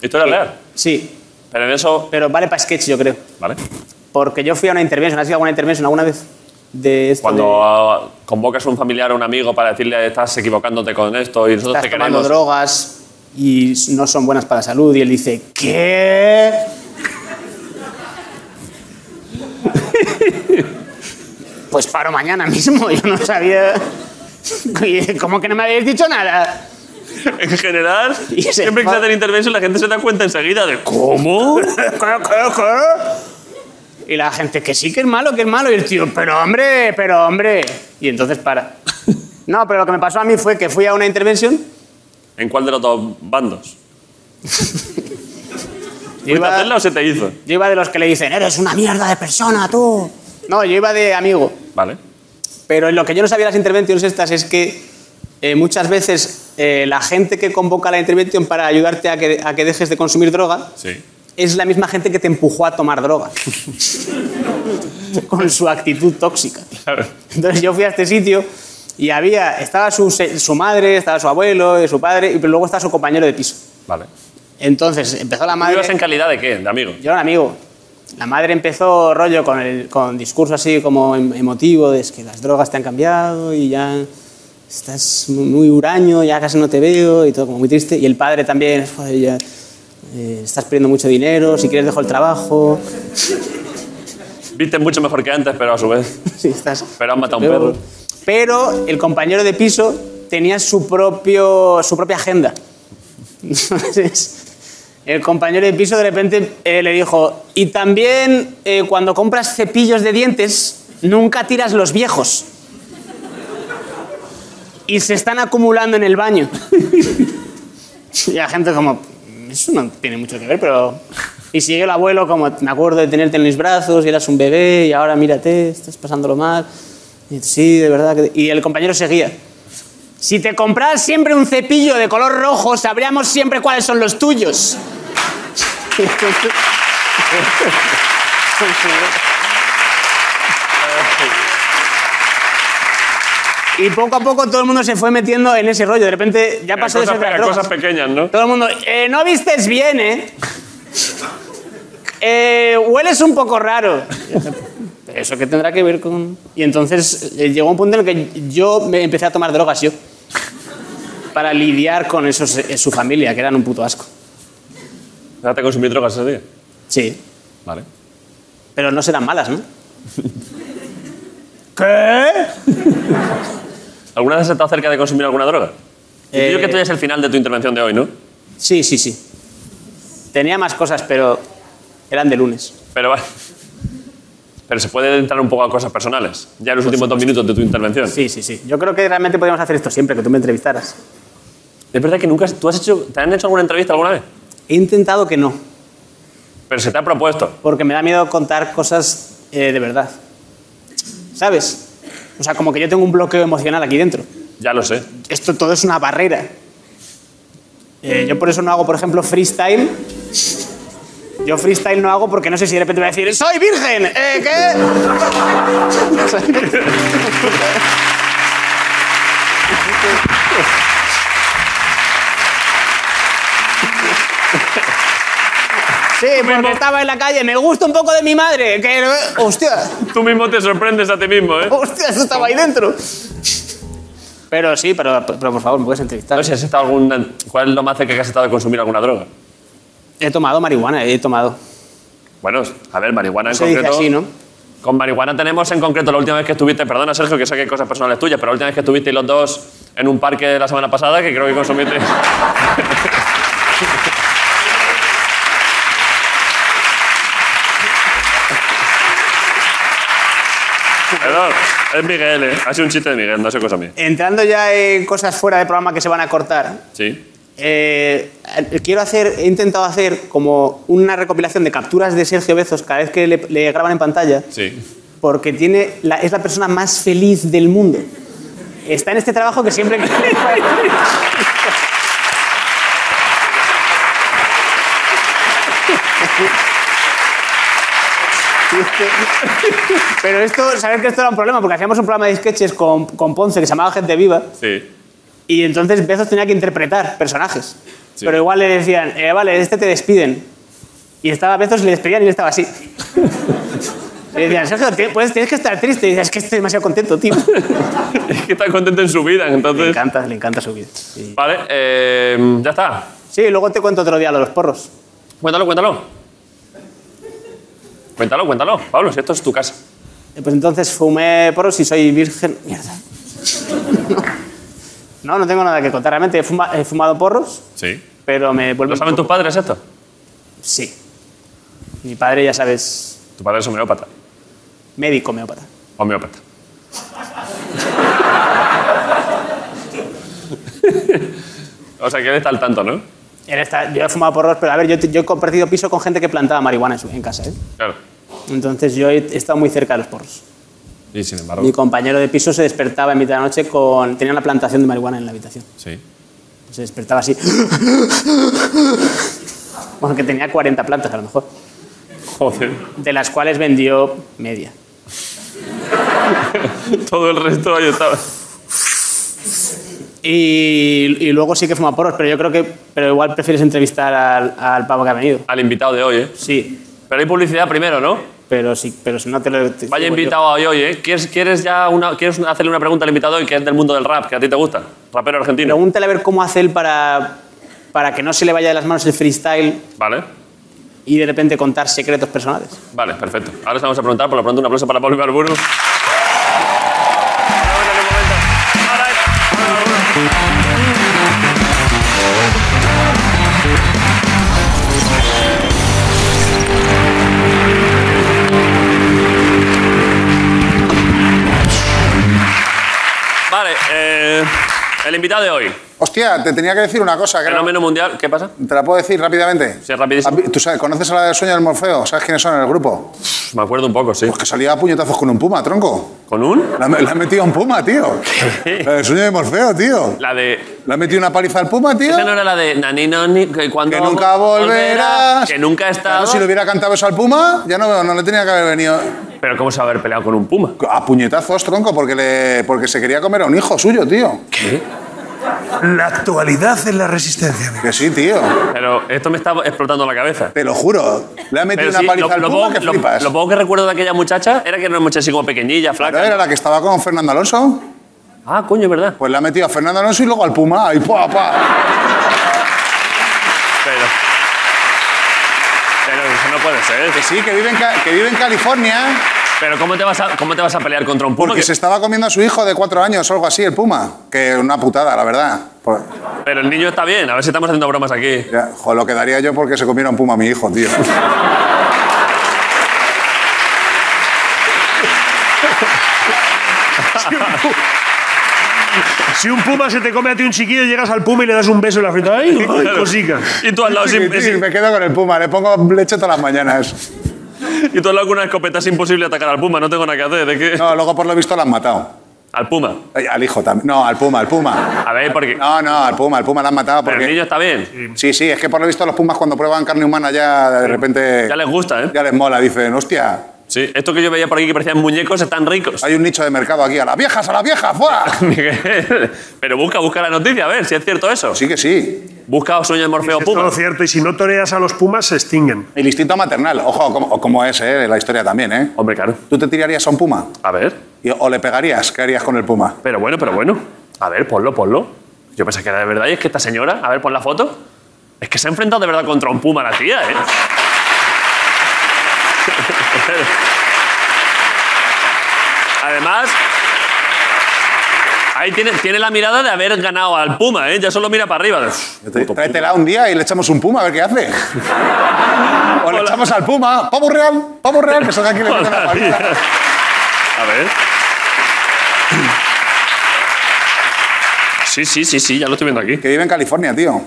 Speaker 1: Historia real.
Speaker 5: Sí,
Speaker 1: Pero en eso.
Speaker 5: pero vale para sketch, yo creo.
Speaker 1: Vale.
Speaker 5: Porque yo fui a una intervención, ¿has ido a alguna intervención alguna vez? De esto
Speaker 1: Cuando
Speaker 5: de-
Speaker 1: ah, convocas a un familiar o un amigo para decirle estás equivocándote con esto y nosotros te
Speaker 5: estás tomando
Speaker 1: queremos.
Speaker 5: drogas y no son buenas para la salud. Y él dice, ¿qué? pues paro mañana mismo, yo no sabía... Oye, ¿Cómo que no me habéis dicho nada?
Speaker 1: En general,
Speaker 5: Y se
Speaker 1: siempre que
Speaker 5: va.
Speaker 1: se hacen intervenciones la gente se da cuenta enseguida de cómo.
Speaker 5: Y la gente, que sí, que es malo, que es malo. Y el tío, pero hombre, pero hombre. Y entonces para. No, pero lo que me pasó a mí fue que fui a una intervención.
Speaker 1: ¿En cuál de los dos bandos?
Speaker 5: Yo
Speaker 1: ¿Fuiste a
Speaker 5: iba,
Speaker 1: hacerla o se te hizo?
Speaker 5: yo iba de los que le dicen, eres una mierda de persona, tú. No, yo iba de amigo.
Speaker 1: Vale.
Speaker 5: Pero lo que yo no sabía de las intervenciones estas es que eh, muchas veces eh, la gente que convoca la intervención para ayudarte a que, a que dejes de consumir droga
Speaker 1: Sí.
Speaker 5: es la misma gente que te empujó a tomar droga. Con su actitud tóxica. Entonces yo fui a este sitio y había, estaba su, se- su madre, estaba su abuelo, y su padre, y pero luego estaba su compañero de piso.
Speaker 1: Vale.
Speaker 5: Entonces empezó la
Speaker 1: ¿Tú
Speaker 5: madre...
Speaker 1: ibas en calidad de qué? ¿De amigo?
Speaker 5: Yo era un amigo. La madre empezó rollo con, el, con discurso así como em- emotivo, de "Es que las drogas te han cambiado y ya estás mu- muy huraño, ya casi no te veo y todo como muy triste. Y el padre también, "Joder, ya, eh, estás perdiendo mucho dinero, si quieres dejo el trabajo,
Speaker 1: Viste mucho mejor que antes, pero a su vez.
Speaker 5: si estás...
Speaker 1: Pero han matado a un perro.
Speaker 5: Pero el compañero de piso tenía su, propio, su propia agenda. Entonces, el compañero de piso de repente eh, le dijo, y también eh, cuando compras cepillos de dientes, nunca tiras los viejos. Y se están acumulando en el baño. Y la gente como, eso no tiene mucho que ver, pero... Y sigue el abuelo como, me acuerdo de tenerte en mis brazos y eras un bebé y ahora mírate, estás pasándolo mal. Y, sí, de verdad. que- Y el compañero seguía. Si te compras siempre un cepillo de color rojo, sabríamos siempre cuáles son los tuyos. Y poco a poco todo el mundo se fue metiendo en ese rollo. De repente ya
Speaker 1: Era
Speaker 5: pasó de
Speaker 1: cosas,
Speaker 5: ser de las
Speaker 1: era
Speaker 5: drogas.
Speaker 1: cosas pequeñas, ¿no?
Speaker 5: Todo el mundo, "Eh, no vistes bien, ¿eh? Eh, Hueles un poco raro. ¿Eso qué tendrá que ver con...? Y entonces eh, llegó un punto en el que yo me empecé a tomar drogas yo. Para lidiar con esos, eh, su familia, que eran un puto asco.
Speaker 1: Déjate consumir drogas ese día.
Speaker 5: Sí.
Speaker 1: Vale.
Speaker 5: Pero no serán malas, ¿no? ¿Qué?
Speaker 1: ¿Alguna vez has estado cerca de consumir alguna droga?
Speaker 5: Eh,
Speaker 1: Yo creo que tú ya es el final de tu intervención de hoy, ¿no?
Speaker 5: Sí, sí, sí. Tenía más cosas, pero eran de lunes.
Speaker 1: Pero vale. Pero se puede entrar un poco a cosas personales. Ya en los últimos dos minutos de tu intervención.
Speaker 5: Sí, sí, sí. Yo creo que realmente podríamos hacer esto siempre, que tú me entrevistaras.
Speaker 1: Es verdad que nunca has- tú has hecho, te han hecho alguna entrevista alguna vez,
Speaker 5: He intentado que no,
Speaker 1: pero se te ha propuesto.
Speaker 5: porque me da miedo contar cosas eh, de verdad. ¿Sabes? O sea, como que yo tengo un bloqueo emocional aquí dentro.
Speaker 1: Ya lo sé.
Speaker 5: Esto todo es una barrera. Eh, yo por eso no hago, por ejemplo, freestyle. Yo freestyle no hago porque no sé si de repente voy a decir ¡Soy virgen! ¿Eh, ¿Qué? Sí, porque estaba en la calle. Me gusta un poco de mi madre. Que... Hostia,
Speaker 1: Tú mismo te sorprendes a ti mismo, ¿eh?
Speaker 5: hostia, eso estaba ahí dentro. Pero sí, pero, pero por favor, me puedes entrevistar.
Speaker 1: No sé si has estado alguna... ¿Cuál es lo más cerca que has estado de consumir alguna droga?
Speaker 5: He tomado marihuana, he tomado.
Speaker 1: Bueno, a ver, marihuana en
Speaker 5: Se dice
Speaker 1: concreto...
Speaker 5: así, ¿no?
Speaker 1: Con marihuana tenemos en concreto la última vez que estuviste... Perdona, Sergio, que sé que hay cosas personales tuyas, pero la última vez que estuviste los dos en un parque la semana pasada, que creo que consumiste... Perdón, es Miguel, ¿eh? Ha sido un chiste de Miguel, no ha sido cosa mía.
Speaker 5: Entrando ya en cosas fuera de programa que se van a cortar.
Speaker 1: Sí.
Speaker 5: Eh, quiero hacer, he intentado hacer como una recopilación de capturas de Sergio Bezos cada vez que le, le graban en pantalla,
Speaker 1: Sí.
Speaker 5: porque tiene la- es la persona más feliz del mundo. Está en este trabajo que siempre. Pero esto, sabes que esto era un problema, porque hacíamos un programa de sketches con, con Ponce que se llamaba Gente Viva.
Speaker 1: Sí.
Speaker 5: Y entonces Bezos tenía que interpretar personajes.
Speaker 1: Sí.
Speaker 5: Pero igual le decían, "Eh, vale, este te despiden. Y estaba Bezos, le despedían y él estaba así. Le decían, Sergio, ti- pues, tienes que estar triste. Y dice, es que estoy demasiado contento, tío.
Speaker 1: Es que está contento en su vida,
Speaker 5: Le
Speaker 1: entonces...
Speaker 5: encanta, le encanta su vida. Sí.
Speaker 1: Vale, eh, ya está.
Speaker 5: Sí, luego te cuento otro día lo de los porros.
Speaker 1: Cuéntalo, cuéntalo. Cuéntalo, cuéntalo. Pablo, si esto es tu casa.
Speaker 5: Eh, Pues entonces fumé porros y soy virgen. Mierda. No, no tengo nada que contar. Realmente he, fuma- he fumado porros,
Speaker 1: Sí.
Speaker 5: pero me vuelvo...
Speaker 1: ¿Lo saben tus padres esto?
Speaker 5: Sí. Mi padre, ya sabes,
Speaker 1: Tu padre es homeópata.
Speaker 5: médico homeópata.
Speaker 1: Homeópata. o sea, que él está al tanto, ¿no?
Speaker 5: Él está- yo he fumado porros, pero a ver, yo, te- yo he compartido piso con gente que plantaba marihuana en, su- en casa, ¿eh?
Speaker 1: Claro.
Speaker 5: Entonces yo he estado muy cerca de los porros.
Speaker 1: Y sin embargo,
Speaker 5: Mi compañero de piso se despertaba en mitad de la noche con... Tenía una plantación de marihuana en la habitación.
Speaker 1: sí.
Speaker 5: Se despertaba así. bueno, que tenía 40 plantas a lo mejor,
Speaker 1: Joder.
Speaker 5: de las cuales vendió media.
Speaker 1: Todo el resto ahí estaba.
Speaker 5: Y, y luego sí que fuma porros, pero yo creo que... Pero igual prefieres entrevistar al, al pavo que ha venido.
Speaker 1: Al invitado de hoy, ¿eh?
Speaker 5: Sí,
Speaker 1: Pero hay publicidad primero, ¿no?
Speaker 5: pero sí, pero si no te lo... te-
Speaker 1: Vaya
Speaker 5: yo-
Speaker 1: invitado hoy, hoy, ¿eh? ¿Quieres, quieres, ya una, ¿Quieres hacerle una pregunta al invitado hoy que es del mundo del rap, que a ti te gusta? Rapero argentino.
Speaker 5: Pregúntale a ver cómo hace él para, para que no se le vaya de las manos el freestyle
Speaker 1: Vale.
Speaker 5: y de repente contar secretos personales.
Speaker 1: Vale, perfecto. Ahora os vamos a preguntar, por lo pronto un aplauso para Pablo Ibarburu. Vale, eh, el invitado de hoy,
Speaker 6: Hostia, te tenía que decir una cosa. Que era-
Speaker 1: fenómeno mundial, ¿qué pasa?
Speaker 6: ¿Te la puedo decir rápidamente?
Speaker 1: Sí, rapidísimo.
Speaker 6: ¿Tú sabes, conoces a la del sueño del Morfeo? ¿Sabes quiénes son en el grupo?
Speaker 1: Pff, Me acuerdo un poco, sí.
Speaker 6: Pues que salía a puñetazos con un puma, tronco.
Speaker 1: ¿Con un?
Speaker 6: Le ha, le ha metido un puma, tío. La del sueño de Morfeo, tío.
Speaker 1: La de
Speaker 6: Le ha metido una paliza al puma, tío.
Speaker 1: Esa no era la de Nani Nani, que cuando
Speaker 6: Que nunca volverás.
Speaker 1: que nunca ha estado.
Speaker 6: Claro, si le hubiera cantado eso al puma, ya no, no le tenía que haber venido
Speaker 1: Pero cómo se va a haber peleado con un puma.
Speaker 6: a puñetazos, tronco, porque, le, porque se quería comer a un hijo suyo, tío.
Speaker 4: La actualidad es la resistencia, amigo.
Speaker 6: Que sí, tío.
Speaker 1: Pero esto me está explotando la cabeza.
Speaker 6: Te lo juro. Le ha metido
Speaker 1: Pero
Speaker 6: una
Speaker 1: sí,
Speaker 6: paliza
Speaker 1: lo,
Speaker 6: al
Speaker 1: lo
Speaker 6: puma
Speaker 1: poco,
Speaker 6: que
Speaker 1: lo-
Speaker 6: flipas.
Speaker 1: lo poco que recuerdo de aquella muchacha era que era una muchacha así como pequeñilla,
Speaker 6: Claro,
Speaker 1: flaca.
Speaker 6: era la que estaba con Fernando Alonso.
Speaker 1: Ah, coño, es verdad.
Speaker 6: Pues le ha metido a Fernando Alonso y luego al Puma. Ahí, pa, pa.
Speaker 1: Pero. Pero eso no puede ser.
Speaker 6: Que sí, que vive en, Ca- que vive en California
Speaker 1: Pero ¿cómo te vas a, cómo te vas a pelear contra un puma?
Speaker 6: porque
Speaker 1: Que-
Speaker 6: se estaba comiendo a su hijo de cuatro años o algo así, el Puma. Que una putada, la verdad. Por-
Speaker 1: Pero el niño está bien, a ver si estamos haciendo bromas aquí.
Speaker 6: ya, jo, lo quedaría yo porque se comiera un Puma a mi hijo, tío.
Speaker 4: Si un puma se te come a ti un chiquillo, llegas al puma y le das un beso en la frente. ¡Ay, ay,
Speaker 1: Claro.
Speaker 4: cosica!
Speaker 1: Y tú al lado sin,
Speaker 6: Sí, me quedo con el Puma, le pongo leche todas las mañanas.
Speaker 1: y tú al lado con una escopeta es imposible atacar al puma, no tengo nada que hacer. ¿de qué?
Speaker 6: No, luego por lo visto lo han matado.
Speaker 1: Al puma.
Speaker 6: Ay, Al hijo también. No, al Puma, al Puma.
Speaker 1: A ver, porque.
Speaker 6: No, no, al Puma, al Puma lo han matado
Speaker 1: pero el
Speaker 6: porque...
Speaker 1: niño está bien.
Speaker 6: Sí, sí, es que por lo visto los Pumas cuando prueban carne humana ya de repente...
Speaker 1: Ya les gusta, ¿eh?
Speaker 6: Ya les mola, dicen, hostia,
Speaker 1: Sí, esto que yo veía por aquí que parecían muñecos están ricos.
Speaker 6: Hay un nicho de mercado aquí. ¡A las viejas, a las viejas! ¡Fuera!
Speaker 1: Miguel, pero busca, busca la noticia, a ver si es cierto eso.
Speaker 6: Sí que sí.
Speaker 1: Busca Sueño de Morfeo
Speaker 4: Es
Speaker 1: Puma.
Speaker 4: todo cierto. Y si no toreas a los Pumas, se extinguen.
Speaker 6: El instinto maternal. Ojo, como, como es eh, la historia también, ¿eh?
Speaker 1: Hombre, claro.
Speaker 6: ¿Tú te tirarías a un puma?
Speaker 1: A ver,
Speaker 6: Y- ¿O le pegarías? ¿Qué harías con el puma?
Speaker 1: pero bueno, pero bueno. A ver, ponlo, ponlo. Yo pensé que era de verdad y es que esta señora, a ver, pon la foto. Es que se ha enfrentado de verdad contra un puma la tía, ¿eh? Además, ahí tiene, tiene la mirada de haber ganado al puma, ¿eh? Ya solo mira para arriba.
Speaker 6: Yo te- Tráetela un día y le echamos un puma a ver qué hace. o le
Speaker 1: Hola.
Speaker 6: echamos al puma. ¡Pavo real! ¡Pavo real! Que salga aquí y le meten la
Speaker 1: Hola,
Speaker 6: paliza.
Speaker 1: tía. A ver. Sí, sí, sí, sí, ya lo estoy viendo aquí.
Speaker 6: Que vive en California, tío.
Speaker 1: Le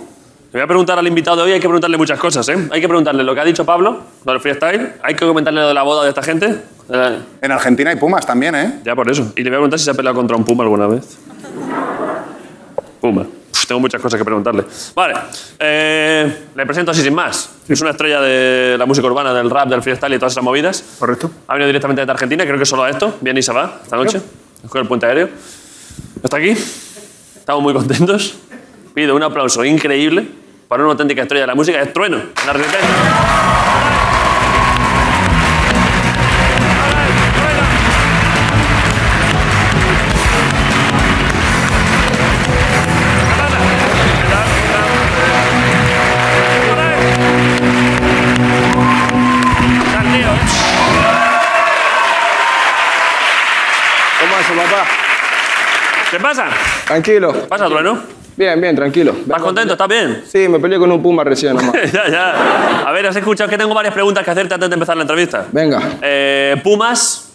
Speaker 1: voy a preguntar al invitado de hoy, hay que preguntarle muchas cosas, ¿eh? Hay que preguntarle lo que ha dicho Pablo, lo del freestyle, hay que comentarle lo de la boda de esta gente, eh,
Speaker 6: En Argentina hay pumas también, ¿eh?
Speaker 1: ya por eso. Y le voy a preguntar si se ha peleado contra un Puma alguna vez. Puma. Uf, tengo muchas cosas que preguntarle. Vale, eh, le presento así sin más. Es una estrella de la música urbana, del rap, del freestyle y todas esas movidas.
Speaker 4: ¿Correcto?
Speaker 1: Ha venido directamente desde Argentina, creo que solo a esto. Viene y se va esta noche. Coge el puente aéreo. Está aquí. Estamos muy contentos. Pido un aplauso increíble para una auténtica estrella de la música. Es Trueno. La Resistencia. Está el tío, ¿eh?
Speaker 3: ¿Cómo va eso, papá?
Speaker 1: ¿Qué pasa?
Speaker 3: Tranquilo.
Speaker 1: ¿Qué pasa, Trueno?
Speaker 3: Bien, bien, tranquilo.
Speaker 1: ¿Estás contento? ¿Estás bien?
Speaker 3: Sí, me peleé con un puma recién nomás.
Speaker 1: ya, ya. A ver, has escuchado que tengo varias preguntas que hacerte antes de empezar la entrevista.
Speaker 3: Venga.
Speaker 1: Eh, Pumas.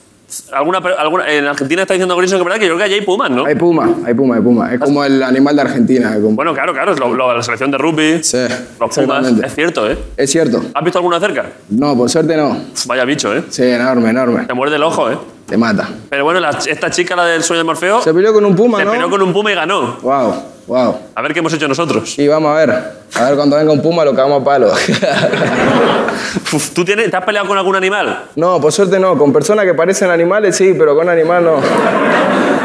Speaker 1: ¿Alguna, pre- alguna- en Argentina está diciendo Griso que es verdad que yo creo que allí hay Pumas, ¿no?
Speaker 3: Hay puma, hay puma, hay puma. Es como el animal de Argentina. es como-
Speaker 1: Bueno, claro, claro. Es lo- lo- la selección de rugby.
Speaker 3: Sí,
Speaker 1: Los Pumas.
Speaker 3: exactamente.
Speaker 1: Es cierto, ¿eh?
Speaker 3: Es cierto.
Speaker 1: ¿Has visto alguno de cerca?
Speaker 3: No, por suerte no.
Speaker 1: Uf, Vaya bicho, ¿eh?
Speaker 3: Sí, enorme, enorme.
Speaker 1: Te muerde el ojo, ¿eh?
Speaker 3: Te mata.
Speaker 1: Pero bueno, la- esta chica, la del sueño de Morfeo,
Speaker 3: Se
Speaker 1: se,
Speaker 3: peleó con un puma, ¿no?
Speaker 1: peleó con un puma y ganó.
Speaker 3: Wow, wow.
Speaker 1: A ver qué hemos hecho nosotros.
Speaker 3: Y vamos a ver. A ver cuando venga un puma lo cagamos a palo.
Speaker 1: Uf, ¿Tú tienes, te has peleado con algún animal?
Speaker 3: no, por suerte no. Con personas que parecen animales sí, pero con animal no.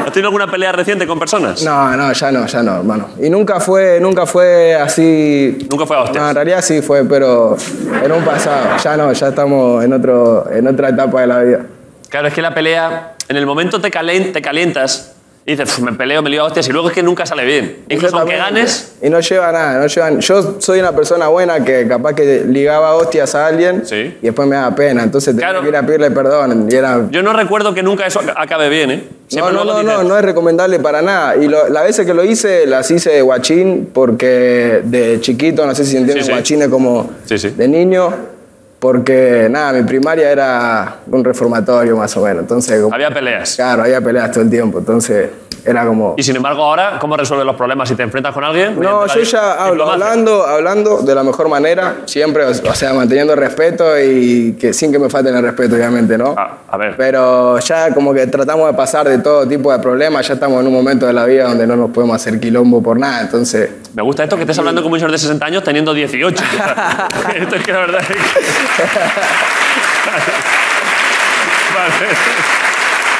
Speaker 1: ¿Has tenido alguna pelea reciente con personas?
Speaker 3: No, no, ya no, ya no, hermano. Y nunca fue, nunca fue así.
Speaker 1: Nunca fue a hostias.
Speaker 3: No, en realidad sí fue, pero en un pasado. Ya no, ya estamos en otro, en otra etapa de la vida.
Speaker 1: Claro, es que la pelea, en el momento te, calen- te calientas y dices, "Pf, me peleo, me lío a hostias, y luego es que nunca sale bien. Incluso aunque
Speaker 3: Exactamente.
Speaker 1: ganes,
Speaker 3: Y no lleva nada, no lleva. Yo soy una persona buena que capaz que ligaba hostias a alguien
Speaker 1: Sí.
Speaker 3: y después me daba pena. Entonces tenía
Speaker 1: Claro.
Speaker 3: que ir a pedirle perdón. Y era.
Speaker 1: yo no recuerdo que nunca eso ac- acabe bien, ¿eh?
Speaker 3: No,
Speaker 1: Siempre
Speaker 3: no,
Speaker 1: luego
Speaker 3: no, no,
Speaker 1: dices,
Speaker 3: no es recomendable para nada. Y lo- las veces que lo hice, las hice de guachín, porque de chiquito, no sé si entienden
Speaker 1: Sí, sí.
Speaker 3: guachín es como
Speaker 1: Sí, sí.
Speaker 3: de niño, porque nada, mi primaria era un reformatorio más o menos. Entonces, como-
Speaker 1: Había peleas.
Speaker 3: claro, había peleas todo el tiempo. Entonces, era como.
Speaker 1: Y sin embargo, ahora, ¿cómo resuelves los problemas si te enfrentas con alguien?
Speaker 3: No,
Speaker 1: Mediante
Speaker 3: yo
Speaker 1: la
Speaker 3: ya
Speaker 1: di-
Speaker 3: hablo,
Speaker 1: diplomacia.
Speaker 3: hablando, hablando de la mejor manera, siempre, o o sea, manteniendo respeto y que sin que me falten el respeto, obviamente, ¿no?
Speaker 1: Ah, a ver.
Speaker 3: Pero ya como que tratamos de pasar de todo tipo de problemas, ya estamos en un momento de la vida donde no nos podemos hacer quilombo por nada, entonces...
Speaker 1: Me gusta esto que estés hablando como un señor de 60 años teniendo 18. esto es que la verdad es que... Vale.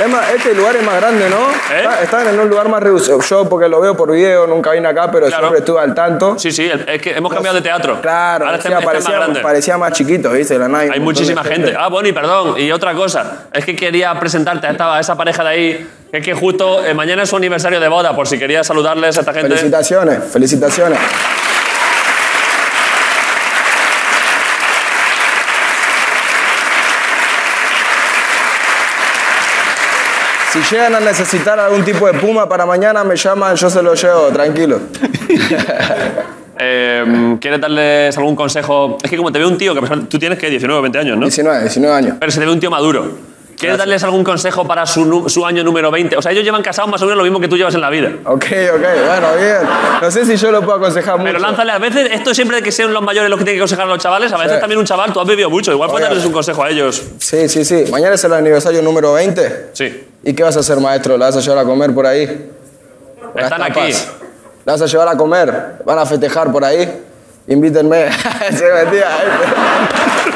Speaker 3: Es más, este lugar es más grande, ¿no?
Speaker 1: ¿Eh?
Speaker 3: Está- Están en un lugar más reducido. Yo porque lo veo por video, nunca vine acá, pero
Speaker 1: Claro.
Speaker 3: siempre estuve al tanto.
Speaker 1: Sí, sí, el- es que hemos cambiado de teatro.
Speaker 3: Claro,
Speaker 1: ahora está,
Speaker 3: decía,
Speaker 1: está más
Speaker 3: parecía,
Speaker 1: grande.
Speaker 3: parecía más chiquito, ¿viste? De la nada
Speaker 1: Hay
Speaker 3: un montón de
Speaker 1: muchísima gente. Ah, Bonnie, perdón. Y otra cosa, es que quería presentarte a, esta- a esa pareja de ahí, que es que justo eh, mañana es su aniversario de boda, por si quería saludarles a esta gente.
Speaker 3: Felicitaciones, felicitaciones. Si llegan a necesitar algún tipo de puma para mañana, me llaman, yo se lo llevo, tranquilo.
Speaker 1: Eh, ¿Quieres darles algún consejo? Es que como te veo un tío, que a pesar- tú tienes que 19 o 20 años, ¿no?
Speaker 3: 19, 19 años.
Speaker 1: Pero se te ve un tío maduro. ¿Quieres darles algún consejo para su, nu- su año número 20? O sea, ellos llevan casados más o menos lo mismo que tú llevas en la vida.
Speaker 3: Ok, ok, bueno, bien. No sé si yo lo puedo aconsejar mucho.
Speaker 1: Pero lánzale, a veces, esto siempre que sean los mayores los que tienen que aconsejar a los chavales, a veces
Speaker 3: Sí.
Speaker 1: también un chaval, tú has vivido mucho, igual puedes
Speaker 3: Oiga.
Speaker 1: darles un consejo a ellos.
Speaker 3: Sí, sí, sí. Mañana es el aniversario número 20.
Speaker 1: Sí.
Speaker 3: ¿Y qué vas a hacer, maestro? ¿La vas a llevar a comer por ahí? Unas
Speaker 1: Están
Speaker 3: tapas.
Speaker 1: aquí.
Speaker 3: ¿La vas a llevar a comer? ¿Van a festejar por ahí? Invítenme. Se metía.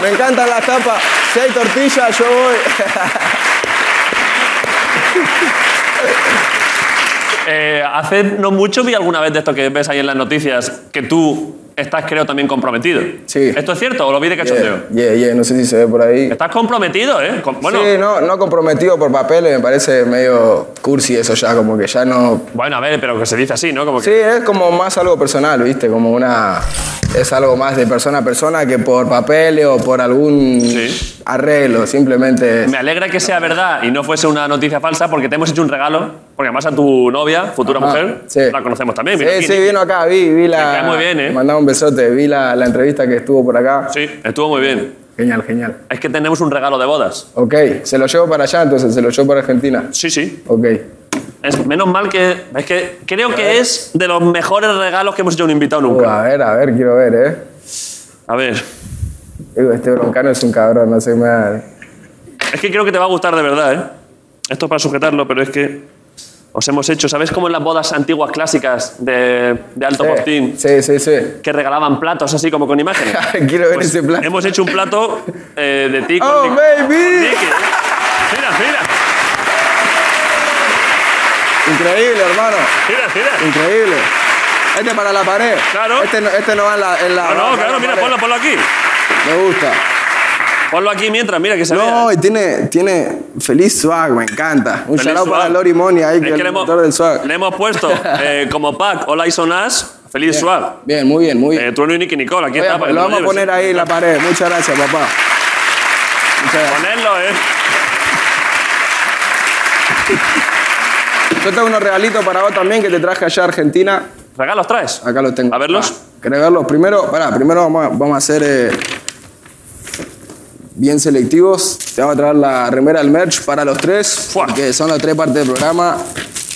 Speaker 5: Me encantan las tapas. Si hay tortillas, yo voy.
Speaker 1: Eh, hace no mucho vi alguna vez de esto que ves ahí en las noticias que tú estás, creo, también comprometido.
Speaker 5: Sí.
Speaker 1: ¿Esto es cierto o lo vi de cachondeo?
Speaker 5: Yeah, yeah, yeah, no sé si se ve por ahí.
Speaker 1: Estás comprometido, ¿eh? Con- bueno,
Speaker 5: Sí, no, no comprometido por papeles, me parece medio cursi eso ya, como que ya no...
Speaker 1: bueno, a ver, pero que se dice así, ¿no? Como que
Speaker 5: Sí, es como más algo personal, ¿viste? Como una... Es algo más de persona a persona que por papeles o por algún
Speaker 1: Sí.
Speaker 5: arreglo, simplemente... es-
Speaker 1: Me alegra que sea verdad y no fuese una noticia falsa porque te hemos hecho un regalo, porque además a tu novia, futura
Speaker 5: Ajá,
Speaker 1: mujer,
Speaker 5: Ah, sí.
Speaker 1: la conocemos también.
Speaker 5: Sí,
Speaker 1: mira,
Speaker 5: sí,
Speaker 1: Kini.
Speaker 5: vino acá, vi, vi la...
Speaker 1: cae muy bien, ¿eh?
Speaker 5: Mandaba un besote, vi la, la entrevista que estuvo por acá.
Speaker 1: Sí, estuvo muy bien.
Speaker 5: Genial, genial.
Speaker 1: Es que tenemos un regalo de bodas.
Speaker 5: Ok, se lo llevo para allá entonces, se lo llevo para Argentina.
Speaker 1: Sí, sí.
Speaker 5: Ok.
Speaker 1: Es, menos mal que... Es que creo que es de los mejores regalos que hemos hecho a un invitado
Speaker 5: Uh,
Speaker 1: nunca.
Speaker 5: a ver, a ver, quiero ver, ¿eh?
Speaker 1: A ver.
Speaker 5: Digo, Este broncano es un cabrón, no sé más.
Speaker 1: Es que creo que te va a gustar de verdad, ¿eh? Esto es para sujetarlo, pero es que os hemos hecho... ¿Sabéis cómo en las bodas antiguas clásicas de, de alto postín
Speaker 5: Eh, Sí, sí, sí.
Speaker 1: que regalaban platos así como con imágenes?
Speaker 5: Quiero ver
Speaker 1: Pues
Speaker 5: ese plan.
Speaker 1: Hemos hecho un plato eh, de ti con
Speaker 5: ¡Oh,
Speaker 1: Nick-
Speaker 5: baby!
Speaker 1: Nicky. Mira, mira,
Speaker 5: Increíble, hermano.
Speaker 1: mira, mira.
Speaker 5: Increíble. Este para la pared.
Speaker 1: Claro.
Speaker 5: Este no, este no va en la. en
Speaker 1: No,
Speaker 5: la- va
Speaker 1: no,
Speaker 5: para
Speaker 1: claro,
Speaker 5: la
Speaker 1: mira,
Speaker 5: pared.
Speaker 1: ponlo, ponlo aquí.
Speaker 5: Me gusta.
Speaker 1: Ponlo aquí mientras, mira que se
Speaker 5: No,
Speaker 1: vea.
Speaker 5: y tiene, tiene feliz swag, me encanta. Un
Speaker 1: Feliz
Speaker 5: shout out
Speaker 1: swag.
Speaker 5: para Lori Moni ahí,
Speaker 1: Es
Speaker 5: que
Speaker 1: que
Speaker 5: es
Speaker 1: le
Speaker 5: el
Speaker 1: hemos-
Speaker 5: motor del swag.
Speaker 1: Le hemos puesto eh, como pack Hola Ison Ash, Feliz Swag.
Speaker 5: Bien, muy bien, muy bien.
Speaker 1: Eh, Trueno y Nicky Nicole, aquí
Speaker 5: Voy a-
Speaker 1: está. para que
Speaker 5: lo
Speaker 1: te
Speaker 5: vamos a
Speaker 1: lleves.
Speaker 5: poner ahí en la pared. Muchas gracias, papá. Muchas gracias.
Speaker 1: Ponerlo, eh.
Speaker 5: Yo tengo unos regalitos para vos también que te traje allá a Argentina.
Speaker 1: ¿Regalos traes?
Speaker 5: Acá los tengo.
Speaker 1: A verlos.
Speaker 5: Ah, ¿Querés verlos? Primero, pará, primero vamos a, vamos a ser eh, bien selectivos. Te vamos a traer la remera del merch para los tres,
Speaker 1: Fuá.
Speaker 5: que son las tres partes del programa.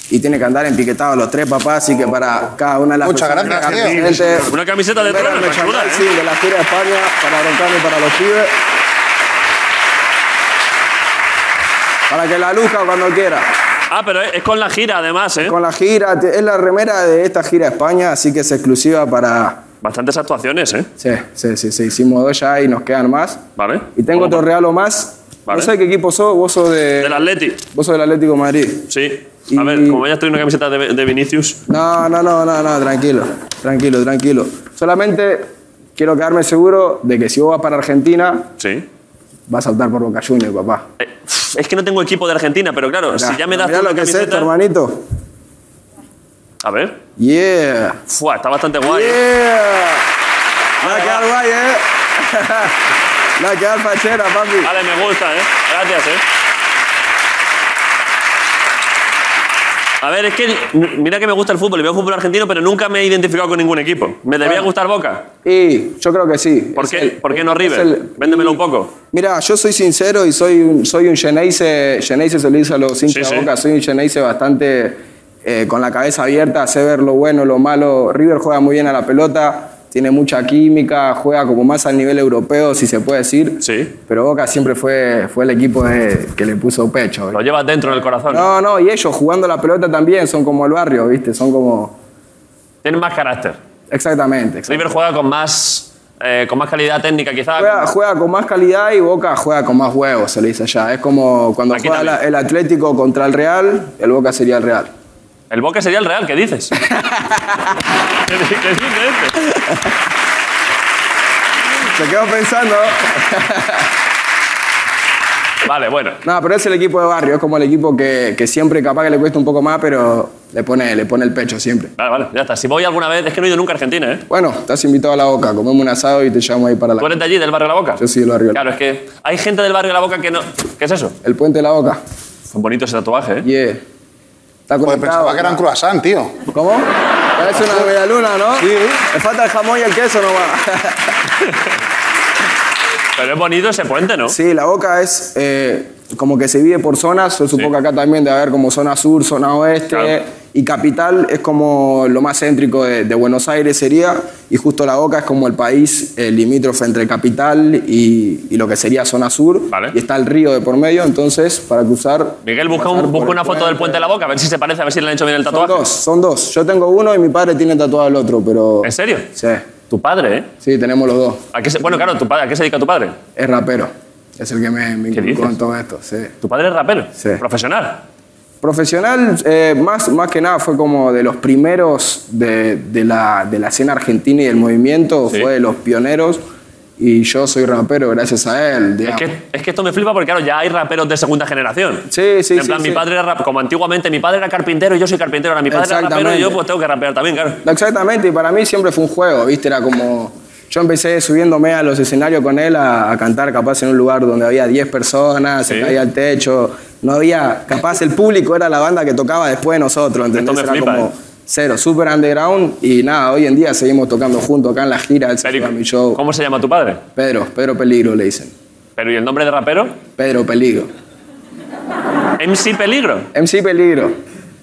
Speaker 5: Y tiene que andar etiquetado los tres, papá. Así que para cada una de las
Speaker 6: Muchas
Speaker 5: personas
Speaker 6: gracias,
Speaker 5: que
Speaker 6: tío.
Speaker 5: presente,
Speaker 1: Una camiseta de
Speaker 5: remera
Speaker 1: Trono,
Speaker 5: del
Speaker 1: espectacular, ¿eh?
Speaker 5: merchandising de la gira de España para Broncano y para los pibes. Para que la luzca cuando quiera.
Speaker 1: Ah, pero es es con la gira además, eh.
Speaker 5: Con la gira, te- es la remera de esta gira de España, así que es exclusiva para,
Speaker 1: Bastantes actuaciones, eh.
Speaker 5: Sí, sí, sí, sí, hicimos dos ya y nos quedan más.
Speaker 1: Vale.
Speaker 5: Y tengo otro regalo más.
Speaker 1: Vale.
Speaker 5: No sé qué equipo sos, vos sos de.
Speaker 1: Del Atleti.
Speaker 5: Vos sos del Atlético de Madrid.
Speaker 1: Sí. A
Speaker 5: Y-
Speaker 1: ver, como ya estoy en una camiseta de, de Vinicius.
Speaker 5: No, no, no, no, no, tranquilo, tranquilo, tranquilo. Solamente quiero quedarme seguro de que si vos vas para Argentina,
Speaker 1: Sí.
Speaker 5: vas a optar por Boca Juniors, papá.
Speaker 1: Eh, Es que no tengo equipo de Argentina, pero claro,
Speaker 5: Mirá,
Speaker 1: si ya me das
Speaker 5: mirá
Speaker 1: tú
Speaker 5: lo
Speaker 1: una
Speaker 5: que es esto,
Speaker 1: camiseta...
Speaker 5: hermanito.
Speaker 1: a ver.
Speaker 5: Yeah.
Speaker 1: Fua, está bastante guay. ¿eh?
Speaker 5: Yeah. Va a
Speaker 1: Vale,
Speaker 5: quedar
Speaker 1: va.
Speaker 5: guay, eh. Va a quedar fachera, papi.
Speaker 1: Vale, me gusta, ¿eh? Gracias, ¿eh? A ver, es que n- mira que me gusta el fútbol, y veo fútbol argentino, pero nunca me he identificado con ningún equipo. Me debía gustar Boca.
Speaker 5: Y yo creo que sí.
Speaker 1: ¿Por
Speaker 5: Es
Speaker 1: qué,
Speaker 5: el-
Speaker 1: ¿Por qué no
Speaker 5: es
Speaker 1: River?
Speaker 5: el-
Speaker 1: Véndemelo un poco.
Speaker 5: Mira, yo soy sincero y soy un, soy un Geneise, Geneise se lo dice a los hinchas
Speaker 1: Sí,
Speaker 5: de
Speaker 1: sí.
Speaker 5: boca, soy un Geneise bastante eh, con la cabeza abierta, sé ver lo bueno, lo malo. River juega muy bien a la pelota, tiene mucha química, juega como más al nivel europeo, si se puede decir.
Speaker 1: Sí.
Speaker 5: Pero Boca siempre fue, fue el equipo de- que le puso pecho.
Speaker 1: Lo llevas dentro en el corazón.
Speaker 5: No, no, y ellos jugando la pelota también son como el barrio, ¿viste? Son como.
Speaker 1: Tienen más carácter.
Speaker 5: Exactamente, exactamente.
Speaker 1: River juega con más, eh, con más calidad técnica, quizás.
Speaker 5: Juega, juega con más calidad y Boca juega con más huevos, se le dice allá. Es como cuando
Speaker 1: Aquí
Speaker 5: juega
Speaker 1: también.
Speaker 5: la- el Atlético contra el Real, el Boca sería el Real.
Speaker 1: El Boca sería el Real, ¿qué dices? ¿Qué di- qué dice este?
Speaker 5: Se quedó pensando.
Speaker 1: Vale, bueno.
Speaker 5: No, pero es el equipo de barrio, es como el equipo que, que siempre capaz que le cuesta un poco más, pero le pone, le pone el pecho siempre.
Speaker 1: Vale, vale, ya está. Si voy alguna vez, es que no he ido nunca a Argentina, ¿eh?
Speaker 5: Bueno, estás invitado a la Boca, comemos un asado y te llamo ahí para
Speaker 1: ¿Tú
Speaker 5: la.
Speaker 1: eres de allí, del barrio de la Boca?
Speaker 5: Yo soy del barrio.
Speaker 1: Claro, es que hay gente del barrio de la Boca que no. ¿Qué es eso?
Speaker 5: El puente de la Boca.
Speaker 1: Fue bonito ese tatuaje, ¿eh?
Speaker 5: Yeah. Está
Speaker 6: Joder,
Speaker 5: conectado.
Speaker 6: pensaba que eran croissant, tío.
Speaker 5: ¿Cómo? Parece una medialuna, ¿no?
Speaker 6: Sí.
Speaker 5: Me falta el jamón y el queso nomás.
Speaker 1: Pero es bonito ese puente, ¿no?
Speaker 5: Sí, la boca es eh, como que se divide por zonas. Yo supongo que acá también debe haber como zona sur, zona oeste.
Speaker 1: Claro.
Speaker 5: Y capital es como lo más céntrico de, de Buenos Aires sería. Y justo la boca es como el país eh, limítrofe entre capital y, y lo que sería zona sur.
Speaker 1: Vale.
Speaker 5: Y está el río de por medio. Entonces, para cruzar.
Speaker 1: Miguel, busca, un-
Speaker 5: pasar por
Speaker 1: busca
Speaker 5: el
Speaker 1: una foto del puente de la boca, a ver si se parece, a ver si le han hecho bien el
Speaker 5: Son
Speaker 1: tatuaje. Eh.
Speaker 5: dos, son dos. Yo tengo uno y mi padre tiene tatuado el otro, pero.
Speaker 1: ¿En serio?
Speaker 5: Sí.
Speaker 1: Tu padre, ¿eh?
Speaker 5: Sí, tenemos los dos.
Speaker 1: ¿A qué se- bueno, claro, tu padre, ¿a qué se dedica tu padre?
Speaker 5: Es rapero. Es el que me, me
Speaker 1: ¿Qué
Speaker 5: inculcó en
Speaker 1: dices?
Speaker 5: todo esto, sí.
Speaker 1: Tu padre es rapero,
Speaker 5: Sí.
Speaker 1: profesional.
Speaker 5: Profesional, eh, más, más que nada, fue como de los primeros de, de la, de la escena argentina y del movimiento,
Speaker 1: Sí.
Speaker 5: fue de los pioneros. Y yo soy rapero gracias a él.
Speaker 1: Es
Speaker 5: digamos.
Speaker 1: que, es que esto me flipa porque, claro, ya hay raperos de segunda generación.
Speaker 5: Sí, sí,
Speaker 1: En
Speaker 5: sí,
Speaker 1: plan, mi
Speaker 5: sí.
Speaker 1: padre era rap- como antiguamente mi padre era carpintero y yo soy carpintero, ahora mi padre era rapero y yo
Speaker 5: Exactamente.
Speaker 1: pues tengo que rapear también, claro.
Speaker 5: No, Exactamente, y para mí siempre fue un juego, ¿viste? Era como. Yo empecé subiéndome a los escenarios con él a, a cantar, capaz en un lugar donde había 10 personas,
Speaker 1: Sí.
Speaker 5: se caía el techo, no había. Capaz el público era la banda que tocaba después de nosotros, ¿entendés?
Speaker 1: me
Speaker 5: era
Speaker 1: flipa,
Speaker 5: como
Speaker 1: eh.
Speaker 5: cero, super underground, y nada, hoy en día seguimos tocando juntos acá en la gira, él se
Speaker 1: Pero,
Speaker 5: lleva mi show.
Speaker 1: ¿Cómo se llama tu padre?
Speaker 5: Pedro, Pedro Peligro le dicen.
Speaker 1: Pero, ¿y el nombre de rapero?
Speaker 5: Pedro Peligro.
Speaker 1: MC Peligro.
Speaker 5: MC Peligro.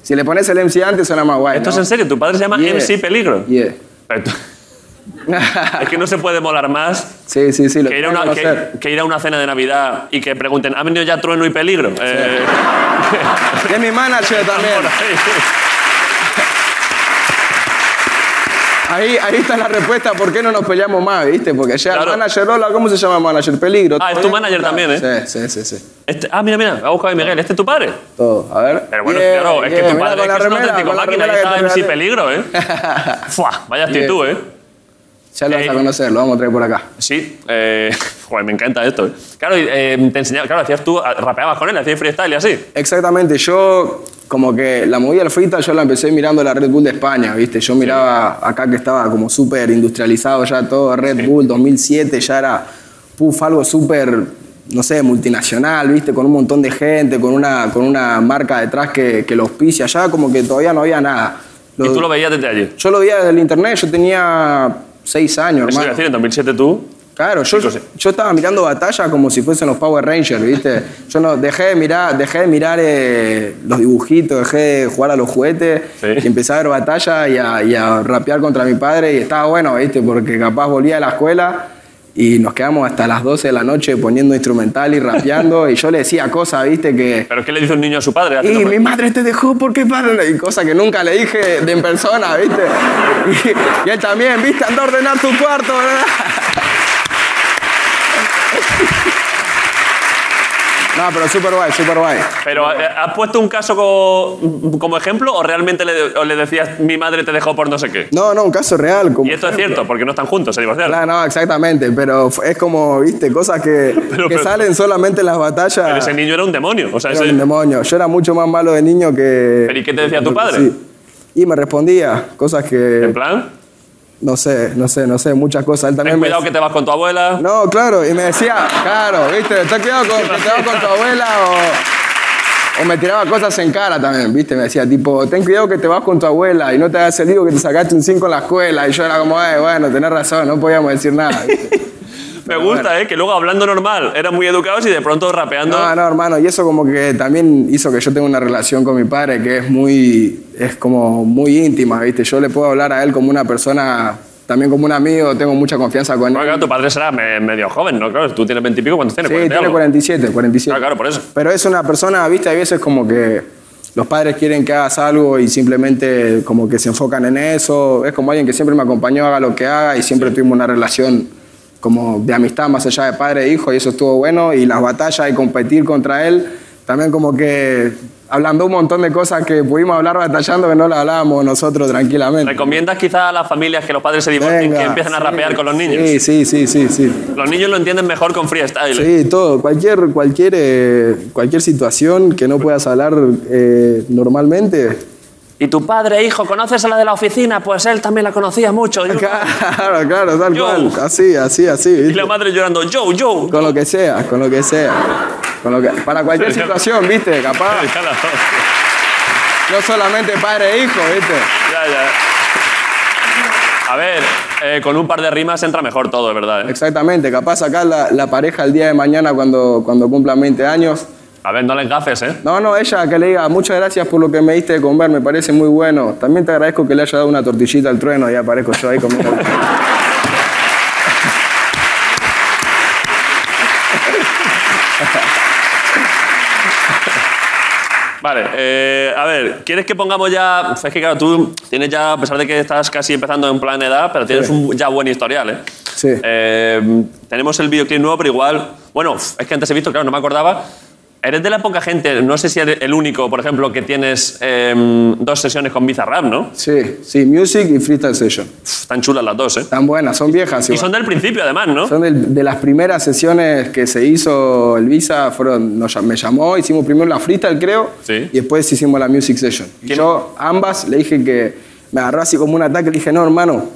Speaker 5: Si le pones el MC antes este suena más guay.
Speaker 1: Esto es
Speaker 5: ¿no?
Speaker 1: en serio, tu padre se llama
Speaker 5: Yeah.
Speaker 1: MC Peligro.
Speaker 5: Yeah.
Speaker 1: Pero tú- es que no se puede molar más
Speaker 5: sí, sí, sí, lo
Speaker 1: que ir, a
Speaker 5: tengo
Speaker 1: una,
Speaker 5: que
Speaker 1: que,
Speaker 5: conocer.
Speaker 1: que ir a una cena de Navidad y que pregunten, ¿ha venido ya trueno y peligro? Eh,
Speaker 5: Y es mi manager también.
Speaker 1: por ahí.
Speaker 5: Ahí, ahí está la respuesta, ¿por qué no nos peleamos más, viste? Porque ya
Speaker 1: Claro.
Speaker 5: el manager, hola, ¿cómo se llama el manager? Peligro.
Speaker 1: Ah, es tu manager también, ¿eh?
Speaker 5: Sí, sí, sí, sí.
Speaker 1: Este- ah, mira, mira, ha buscado a Miguel, ¿este es tu padre?
Speaker 5: Todo, a ver.
Speaker 1: Pero bueno,
Speaker 5: Bien,
Speaker 1: claro, es que
Speaker 5: bien,
Speaker 1: tu
Speaker 5: mira,
Speaker 1: padre
Speaker 5: con
Speaker 1: es,
Speaker 5: la
Speaker 1: que es un
Speaker 5: remera,
Speaker 1: auténtico
Speaker 5: con la
Speaker 1: máquina, ahí
Speaker 5: remera
Speaker 1: está
Speaker 5: que te
Speaker 1: MC
Speaker 5: regalé.
Speaker 1: Peligro, ¿eh? Fua, vaya actitud, ¿eh?
Speaker 5: Ya lo vas a
Speaker 1: Eh,
Speaker 5: conocer, lo vamos a traer por acá.
Speaker 1: Sí, eh, joder, me encanta esto. eh. Claro, y, eh, te enseñaba, claro, hacías tú, ah, rapeabas con él, hacías freestyle y así.
Speaker 5: Exactamente, yo como que la movida del freestyle yo la empecé mirando la Red Bull de España, ¿viste? Yo miraba acá que estaba como súper industrializado ya todo, Red Bull 2007 ya era, puf, algo súper, no sé, multinacional, ¿viste? Con un montón de gente, con una, con una marca detrás que, que lo auspicia, ya como que todavía no había nada. Lo-
Speaker 1: Y tú lo veías desde allí.
Speaker 5: Yo lo veía desde el internet, yo tenía seis años,
Speaker 1: Eso iba a
Speaker 5: hermano.
Speaker 1: decir, en 2007 tú.
Speaker 5: Claro, yo,
Speaker 1: Chicos, eh.
Speaker 5: yo estaba mirando batalla como si fuesen los Power Rangers, ¿viste? Yo no, dejé de mirar, dejé de mirar eh, los dibujitos, dejé de jugar a los juguetes
Speaker 1: Sí.
Speaker 5: y empecé a ver batalla y a, y a rapear contra mi padre y estaba bueno, ¿viste? Porque capaz volvía de la escuela y nos quedamos hasta las 12 de la noche poniendo instrumental y rapeando y yo le decía cosas, ¿viste? Que...
Speaker 1: ¿Pero qué le dice un niño a su padre? Hace
Speaker 5: Y
Speaker 1: como-
Speaker 5: mi madre te dejó porque padre. Y cosa que nunca le dije de en persona, ¿viste? Y, y él también, ¿viste? Anda a ordenar tu cuarto, ¿verdad? No, pero súper guay, súper guay.
Speaker 1: Pero eh, ¿has puesto un caso co- como ejemplo o realmente le, o le decías mi madre te dejó por no sé qué?
Speaker 5: No, no, un caso real. Como
Speaker 1: Y esto es cierto, porque no están juntos, se divorciaron.
Speaker 5: Claro, no, exactamente. Pero f- es como, ¿viste? Cosas que,
Speaker 1: Pero-
Speaker 5: que
Speaker 1: pero-
Speaker 5: salen solamente en las batallas.
Speaker 1: Pero ese niño era un demonio. O sea,
Speaker 5: Era
Speaker 1: ese-
Speaker 5: un demonio. Yo era mucho más malo de niño que...
Speaker 1: ¿Pero y qué te decía tu padre?
Speaker 5: Sí. Y me respondía cosas que...
Speaker 1: en plan,
Speaker 5: No sé, no sé, no sé, muchas cosas. Él también
Speaker 1: ten
Speaker 5: me
Speaker 1: cuidado que te vas con tu abuela.
Speaker 5: No, claro, y me decía, claro, viste, te quedado con, te quedo con tu abuela o, o me tiraba cosas en cara también, viste, me decía, tipo, ten cuidado que te vas con tu abuela y no te hagas el lío que te sacaste un 5 en la escuela. Y yo era como, "Ay, bueno, tenés razón, no podíamos decir nada. ¿viste?
Speaker 1: Me gusta, ¿eh? Que luego hablando normal, eran muy educados y de pronto rapeando.
Speaker 5: No, no, hermano, y eso como que también hizo que yo tenga una relación con mi padre que es muy, es como muy íntima, viste. Yo le puedo hablar a él como una persona, también como un amigo, tengo mucha confianza con él.
Speaker 1: Bueno, claro, tu padre será me- medio joven, ¿no? Claro, tú tienes 20 y pico, ¿cuántos tienes?
Speaker 5: Sí,
Speaker 1: 40 y
Speaker 5: tiene
Speaker 1: algo.
Speaker 5: 47, 47.
Speaker 1: Ah, claro, por eso.
Speaker 5: Pero es una persona, viste, hay veces como que los padres quieren que hagas algo y simplemente como que se enfocan en eso. Es como alguien que siempre me acompañó, haga lo que haga y siempre tuvimos una relación como de amistad más allá de padre e hijo y eso estuvo bueno. Y las batallas y competir contra él, también como que hablando un montón de cosas que pudimos hablar batallando que no las hablábamos nosotros tranquilamente.
Speaker 1: ¿Recomiendas quizá a las familias que los padres se divorcien
Speaker 5: Venga,
Speaker 1: que empiezan a
Speaker 5: sí,
Speaker 1: rapear con los niños?
Speaker 5: Sí, sí, sí, sí, sí.
Speaker 1: Los niños lo entienden mejor con freestyle. ¿eh?
Speaker 5: Sí, todo. Cualquier, cualquier, eh, cualquier situación que no puedas hablar eh, normalmente.
Speaker 1: Y tu padre, hijo, ¿conoces a la de la oficina? Pues él también la conocía mucho. Yo-
Speaker 5: Claro, claro, tal
Speaker 1: Yo.
Speaker 5: cual. Así, así, así.
Speaker 1: Y
Speaker 5: ¿viste?
Speaker 1: la madre llorando, yo, yo.
Speaker 5: Con lo que sea, con lo que sea. Con lo que- para cualquier situación, ¿viste? Capaz.
Speaker 1: Ya, la-
Speaker 5: No solamente padre e hijo, ¿viste?
Speaker 1: ya, ya. A ver, eh, con un par de rimas entra mejor todo, de verdad. ¿eh?
Speaker 5: Exactamente. Capaz acá la, la pareja el día de mañana cuando, cuando cumplan 20 años.
Speaker 1: A ver, no le gafes, ¿eh?
Speaker 5: No, no, ella que le diga, muchas gracias por lo que me diste de comer, me parece muy bueno. También te agradezco que le haya dado una tortillita al trueno y aparezco yo ahí comiendo.
Speaker 1: Vale, eh, a ver, ¿quieres que pongamos ya.? Es que claro, tú tienes ya, a pesar de que estás casi empezando en plan edad, pero tienes
Speaker 5: Sí.
Speaker 1: un ya buen historial, ¿eh?
Speaker 5: Sí.
Speaker 1: Eh, tenemos el videoclip nuevo, pero igual. Bueno, es que antes he visto, claro, no me acordaba. Eres de la poca gente, no sé si eres el único, por ejemplo, que tienes eh, dos sesiones con Bizarrap, ¿no?
Speaker 5: Sí, sí, Music y Freestyle Session.
Speaker 1: Están chulas las dos, ¿eh?
Speaker 5: Están buenas, son viejas.
Speaker 1: Y
Speaker 5: igual.
Speaker 1: son del principio, además, ¿no?
Speaker 5: Son del- de las primeras sesiones que se hizo el Visa, fueron, nos llam- me llamó, hicimos primero la freestyle creo,
Speaker 1: Sí.
Speaker 5: y después hicimos la music session. Y
Speaker 1: ¿Quién-
Speaker 5: Yo ambas le dije que me agarró así como un ataque, le dije, no hermano,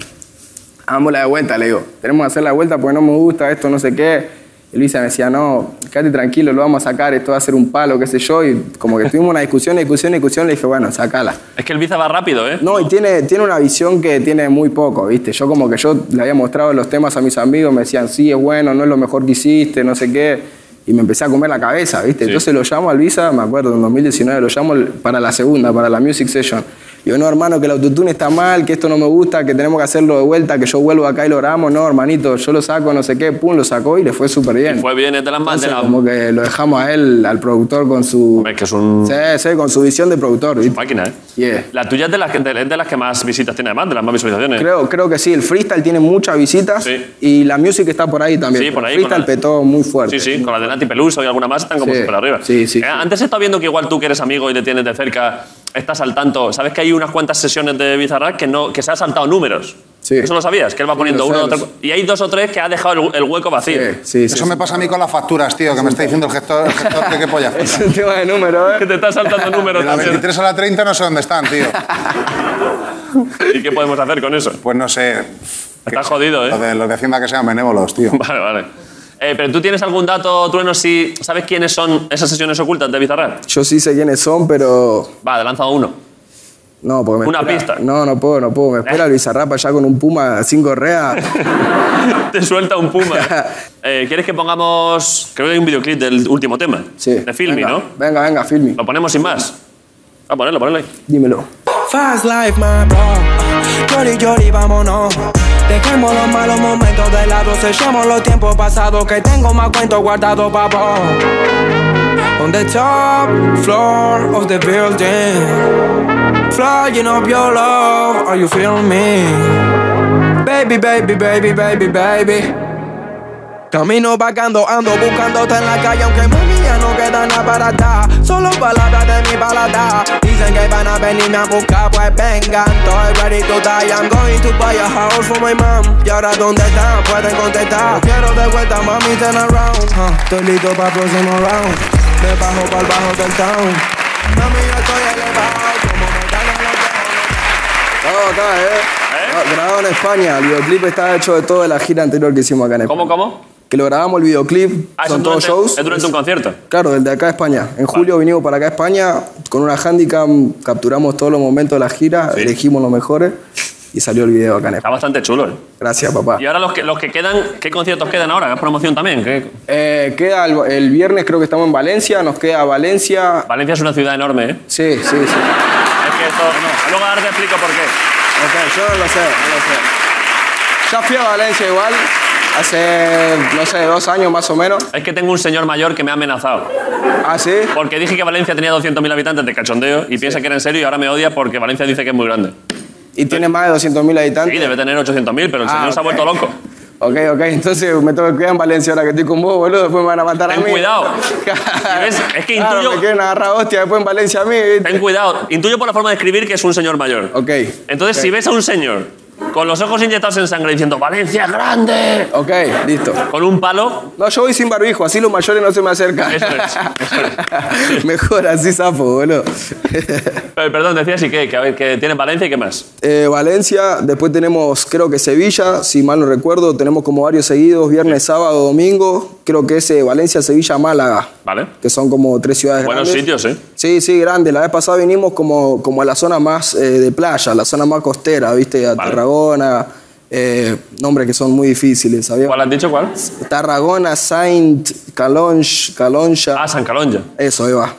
Speaker 5: hagámosla de vuelta, le digo, tenemos que hacer la vuelta porque no me gusta esto, no sé qué. Y Luisa me decía, no, quédate tranquilo, lo vamos a sacar, esto va a ser un palo, qué sé yo, y como que tuvimos una discusión, discusión, discusión, le dije, bueno, sacala.
Speaker 1: Es que el Biza va rápido, ¿eh?
Speaker 5: No, y tiene, tiene una visión que tiene muy poco, ¿viste? Yo como que yo le había mostrado los temas a mis amigos, me decían, sí, es bueno, no es lo mejor que hiciste, no sé qué. Y me empecé a comer la cabeza, ¿viste? Entonces lo llamo al Visa, me acuerdo, en 2019, lo llamo el- para la segunda, para la Music Session. Digo, no, hermano, que el autotune está mal, que esto no me gusta, que tenemos que hacerlo de vuelta, que yo vuelvo acá y lo oramos. No, hermanito, yo lo saco, no sé qué. Pum, lo sacó y le fue súper bien.
Speaker 1: Fue bien, es de las más de
Speaker 5: Entonces,
Speaker 1: la.
Speaker 5: como que lo dejamos a él, al productor, con su...
Speaker 1: Hombre, que es un.
Speaker 5: Sí, sí, con su visión de productor, ¿viste?
Speaker 1: Máquina, ¿eh?
Speaker 5: Yeah.
Speaker 1: La tuya es de las, que- de, es de las que más visitas tiene, además, de las más visualizaciones.
Speaker 5: Creo, creo que sí, el freestyle tiene muchas visitas
Speaker 1: Sí.
Speaker 5: y la music está por ahí también.
Speaker 1: Sí, por ahí,
Speaker 5: El freestyle
Speaker 1: con la-
Speaker 5: petó muy
Speaker 1: Sí,
Speaker 5: fuerte.
Speaker 1: sí, con la de Nati Peluso y alguna más están como
Speaker 5: Sí,
Speaker 1: súper arriba.
Speaker 5: sí, sí,
Speaker 1: Eh,
Speaker 5: sí.
Speaker 1: Antes he estado viendo que igual tú que eres amigo y le tienes de cerca, estás al tanto. ¿Sabes que hay unas cuantas sesiones de Bizarrap que, no, que se han saltado números?
Speaker 5: Sí.
Speaker 1: ¿Eso lo sabías? Que él va poniendo
Speaker 5: lo
Speaker 1: uno,
Speaker 5: sé,
Speaker 1: otro.
Speaker 5: lo
Speaker 1: Y hay dos o tres que ha dejado el, el hueco vacío.
Speaker 5: Sí, sí, sí,
Speaker 6: Eso
Speaker 5: sí.
Speaker 6: me pasa a mí con las facturas, tío, que me está diciendo el gestor, el gestor de qué polla.
Speaker 5: Es un tema de número,
Speaker 1: Que
Speaker 5: ¿eh?
Speaker 1: te están saltando números.
Speaker 6: De la
Speaker 1: también.
Speaker 6: 23 a la 30 no sé dónde están, tío.
Speaker 1: ¿Y qué podemos hacer con eso?
Speaker 6: Pues no sé.
Speaker 1: Está jodido, ¿eh?
Speaker 6: Los de, los de Hacienda que sean benévolos, tío.
Speaker 1: Vale, vale. Eh, pero tú tienes algún dato, Trueno, si sabes quiénes son esas sesiones ocultas de Bizarrap.
Speaker 5: Yo sí sé quiénes son, pero.
Speaker 1: Va, lanza uno.
Speaker 5: No, porque me
Speaker 1: Una
Speaker 5: espera-
Speaker 1: pista. Eh.
Speaker 5: No, no puedo, no puedo. Me espera el Bizarrap allá con un puma sin correa.
Speaker 1: Te suelta un puma. Eh, ¿Quieres que pongamos.? Creo que hay un videoclip del último tema.
Speaker 5: Sí.
Speaker 1: De Filmi,
Speaker 5: venga,
Speaker 1: ¿no?
Speaker 5: Venga, venga, filmi.
Speaker 1: Lo ponemos sin más. Ah, ponerlo, ponerlo ahí.
Speaker 5: Dímelo.
Speaker 7: Fast life, my bro. Llori, llori, vámonos. Dejemos los malos momentos de lado. Sellemos los tiempos pasados. Que tengo más cuentos guardados, papo. On the top floor of the building. Flying up your love. Are you feeling me? Baby, baby, baby, baby, baby. Camino vagando, ando buscándote en la calle Aunque mami ya no queda nada para dar Solo palabras de mi balada Dicen que van a venirme a buscar, pues vengan Estoy ready to die, I'm going to buy a house for my mom Y ahora dónde están, pueden contestar Quiero de vuelta, mami, turn around Huh, Estoy listo para el próximo round Me bajo para el bajo del town Mami, yo estoy elevado Como me dan los
Speaker 5: No,
Speaker 7: dedos,
Speaker 5: acá, ¿eh? No, grabado en España. El videoclip está hecho de toda la gira anterior que hicimos acá en España.
Speaker 1: ¿Cómo, cómo?
Speaker 5: Que lo grabamos el videoclip.
Speaker 1: Ah, eso
Speaker 5: son
Speaker 1: es
Speaker 5: todos
Speaker 1: durante-
Speaker 5: shows.
Speaker 1: Es durante un concierto.
Speaker 5: Claro, desde acá a España. En julio vinimos para acá a España con una handicam, capturamos todos los momentos de la gira, elegimos los mejores y salió el video acá en
Speaker 1: Está
Speaker 5: España.
Speaker 1: bastante chulo, ¿eh?
Speaker 5: Gracias, papá.
Speaker 1: Y ahora los que, los que quedan, ¿qué conciertos quedan ahora? ¿Es promoción también? ¿Qué?
Speaker 5: Eh, queda el, el viernes, creo que estamos en Valencia, nos queda Valencia.
Speaker 1: Valencia es una ciudad enorme, ¿eh?
Speaker 5: Sí, sí, sí. Ok,
Speaker 1: Es que esto. Luego ahora te explico por qué.
Speaker 5: yo no lo sé, no lo sé. Ya fui a Valencia igual, hace, no sé, dos años más o menos.
Speaker 1: Es que tengo un señor mayor que me ha amenazado.
Speaker 5: Ah, sí.
Speaker 1: Porque dije que Valencia tenía 200.000 habitantes de cachondeo y piensa que era en serio y ahora me odia porque Valencia dice que es muy grande.
Speaker 5: Y tiene más de 200.000 habitantes.
Speaker 1: Sí, debe tener 800.000, pero el
Speaker 5: Ah,
Speaker 1: señor se ha
Speaker 5: ok.
Speaker 1: vuelto loco.
Speaker 5: Ok, ok, entonces me tengo que cuidar en Valencia ahora que estoy con vos, boludo. Después me van a matar
Speaker 1: Ten
Speaker 5: a mí.
Speaker 1: cuidado. Y ves, es que
Speaker 5: Claro,
Speaker 1: intuyo-
Speaker 5: me quieren agarrar hostia después en Valencia a mí. ¿viste?
Speaker 1: Ten cuidado. Intuyo por la forma de escribir que es un señor mayor.
Speaker 5: Ok.
Speaker 1: Entonces, si ves a un señor con los ojos inyectados en sangre diciendo Valencia es grande,
Speaker 5: Ok, listo.
Speaker 1: con un palo,
Speaker 5: No, yo voy sin barbijo, así los mayores no se me acercan.
Speaker 1: Eso es,
Speaker 5: Mejor así, sapo, boludo.
Speaker 1: eh, perdón, decía así que, que, a ver, que tiene Valencia y qué más.
Speaker 5: Eh, Valencia, después tenemos, creo que Sevilla, si mal no recuerdo, tenemos como varios seguidos, viernes, sábado, domingo. Creo que es eh, Valencia, Sevilla, Málaga,
Speaker 1: Vale.
Speaker 5: que son como tres ciudades
Speaker 1: Buenos
Speaker 5: grandes.
Speaker 1: sitios, ¿eh?
Speaker 5: Sí, sí, grande. La vez pasada vinimos como, como a la zona más eh, de playa, la zona más costera, ¿viste? A
Speaker 1: Vale.
Speaker 5: Tarragona, eh, nombres que son muy difíciles, ¿sabías?
Speaker 1: ¿Cuál has dicho cuál?
Speaker 5: Tarragona, Saint, Calonge, Calonja.
Speaker 1: Ah, San Calonja.
Speaker 5: Eso, ahí va.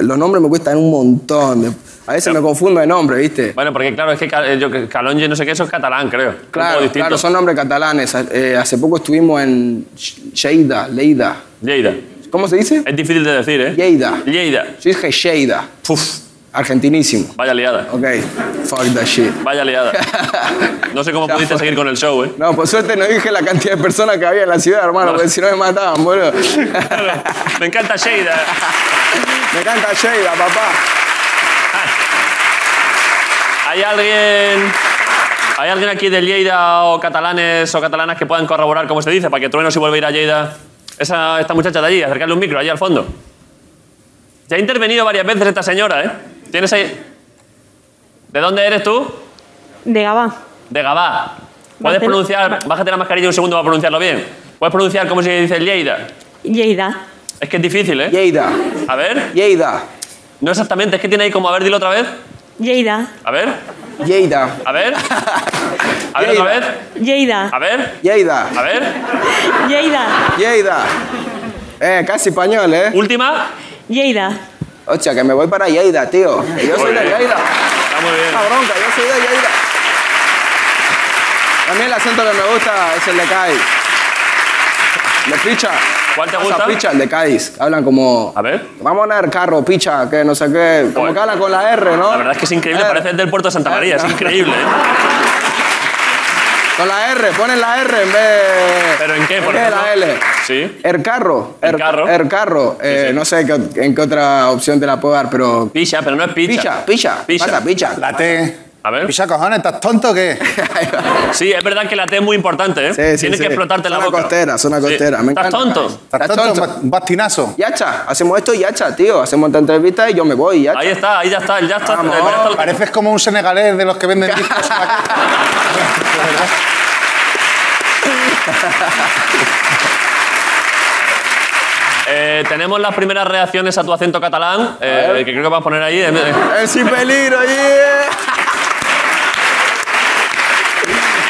Speaker 5: Los nombres me cuestan un montón. de- A veces me confundo de nombre, ¿viste?
Speaker 1: Bueno, porque claro, es que Cal- eh, yo, que Calonja, no sé qué, eso es catalán, creo. Es un poco
Speaker 5: Claro,
Speaker 1: distinto.
Speaker 5: claro, son nombres catalanes. Eh, hace poco estuvimos en Lleida, Leida.
Speaker 1: Lleida.
Speaker 5: ¿Cómo se dice?
Speaker 1: Es difícil de decir, ¿eh?
Speaker 5: Lleida.
Speaker 1: Lleida.
Speaker 5: Yo dije Sheida.
Speaker 1: Puf,
Speaker 5: Argentinísimo.
Speaker 1: vaya liada.
Speaker 5: Ok. Fuck that shit.
Speaker 1: Vaya liada. No sé cómo pudiste seguir con el show, ¿eh?
Speaker 5: No, por suerte no dije la cantidad de personas que había en la ciudad, hermano, porque si no me mataban, boludo.
Speaker 1: Me encanta Sheida.
Speaker 5: Me encanta Sheida, papá.
Speaker 1: Ah. ¿Hay alguien, ¿Hay alguien aquí de Lleida o catalanes o catalanas que puedan corroborar cómo se dice? Para que Trueno si vuelve a ir a Lleida. Esa, esta muchacha de allí, acercarle un micro, allí al fondo. Ya ha intervenido varias veces esta señora, ¿eh? ¿Tienes ahí? ¿De dónde eres tú?
Speaker 8: De Gabá.
Speaker 1: De Gabá. ¿Puedes
Speaker 8: Barcel-
Speaker 1: pronunciar, bájate la mascarilla un segundo para pronunciarlo bien? ¿Puedes pronunciar cómo se dice Lleida?
Speaker 8: Lleida.
Speaker 1: Es que es difícil, ¿eh?
Speaker 5: Yeida.
Speaker 1: A ver,
Speaker 5: Yeida.
Speaker 1: no exactamente, es que tiene ahí como, a ver, dilo otra vez.
Speaker 8: Lleida.
Speaker 1: A ver,
Speaker 5: Yeida.
Speaker 1: a ver. A ver otra vez.
Speaker 8: Lleida.
Speaker 1: A ver,
Speaker 5: Yeida.
Speaker 1: a ver.
Speaker 8: Lleida.
Speaker 5: Yeida. Eh, casi español, ¿eh?
Speaker 1: Última.
Speaker 8: Lleida.
Speaker 5: Hostia, que me voy para Yeida, tío. Yo soy de
Speaker 1: Muy bien.
Speaker 5: Yeida.
Speaker 1: Está muy bien.
Speaker 5: Una bronca, yo soy de Yeida. A mí el acento que me gusta es el de Cádiz. De Picha.
Speaker 1: ¿Cuál te
Speaker 5: Pasa
Speaker 1: gusta?
Speaker 5: Picha, el de Cádiz. Hablan como...
Speaker 1: A ver.
Speaker 5: Vamos a poner carro, picha, que no sé qué. Como
Speaker 1: Joder.
Speaker 5: que hablan con la R, ¿no?
Speaker 1: La verdad es que es increíble,
Speaker 5: Eh,
Speaker 1: parece del puerto de Santa
Speaker 5: eh,
Speaker 1: María, es
Speaker 5: no.
Speaker 1: increíble. ¿eh?
Speaker 5: Con la R, ponen la R en vez de...
Speaker 1: ¿Pero en qué, por
Speaker 5: en vez de
Speaker 1: ejemplo?
Speaker 5: la L.
Speaker 1: Sí.
Speaker 5: El carro.
Speaker 1: El carro.
Speaker 5: El carro. Eh,
Speaker 1: sí.
Speaker 5: No sé qué- en qué otra opción te la puedo dar, pero...
Speaker 1: Picha, pero no es picha.
Speaker 5: Picha, picha.
Speaker 1: Picha.
Speaker 5: Pasa, picha.
Speaker 6: La T.
Speaker 1: A ver.
Speaker 6: Picha, cojones, ¿estás tonto o qué?
Speaker 1: Sí, es verdad que la T es muy importante, ¿eh?
Speaker 5: Sí, sí,
Speaker 1: Tienes
Speaker 5: sí.
Speaker 1: que explotarte la
Speaker 5: Zona
Speaker 1: boca.
Speaker 5: costera, zona
Speaker 1: Sí.
Speaker 5: costera, me
Speaker 1: ¿Estás
Speaker 5: encanta.
Speaker 1: tonto?
Speaker 6: ¿Estás
Speaker 5: Estás
Speaker 6: tonto?
Speaker 5: tonto.
Speaker 6: Un bastinazo.
Speaker 5: Yacha, hacemos esto y yacha, tío. Hacemos esta entrevista y yo me voy, yacha.
Speaker 1: Ahí está, ahí ya está, ya está.
Speaker 5: Vamos.
Speaker 1: ya está el-
Speaker 6: Pareces como un senegalés de los que venden discos. en la-
Speaker 1: Eh, tenemos las primeras reacciones a tu acento catalán, eh, que creo que vas a poner ahí. eh,
Speaker 5: Es sin peligro, yeah.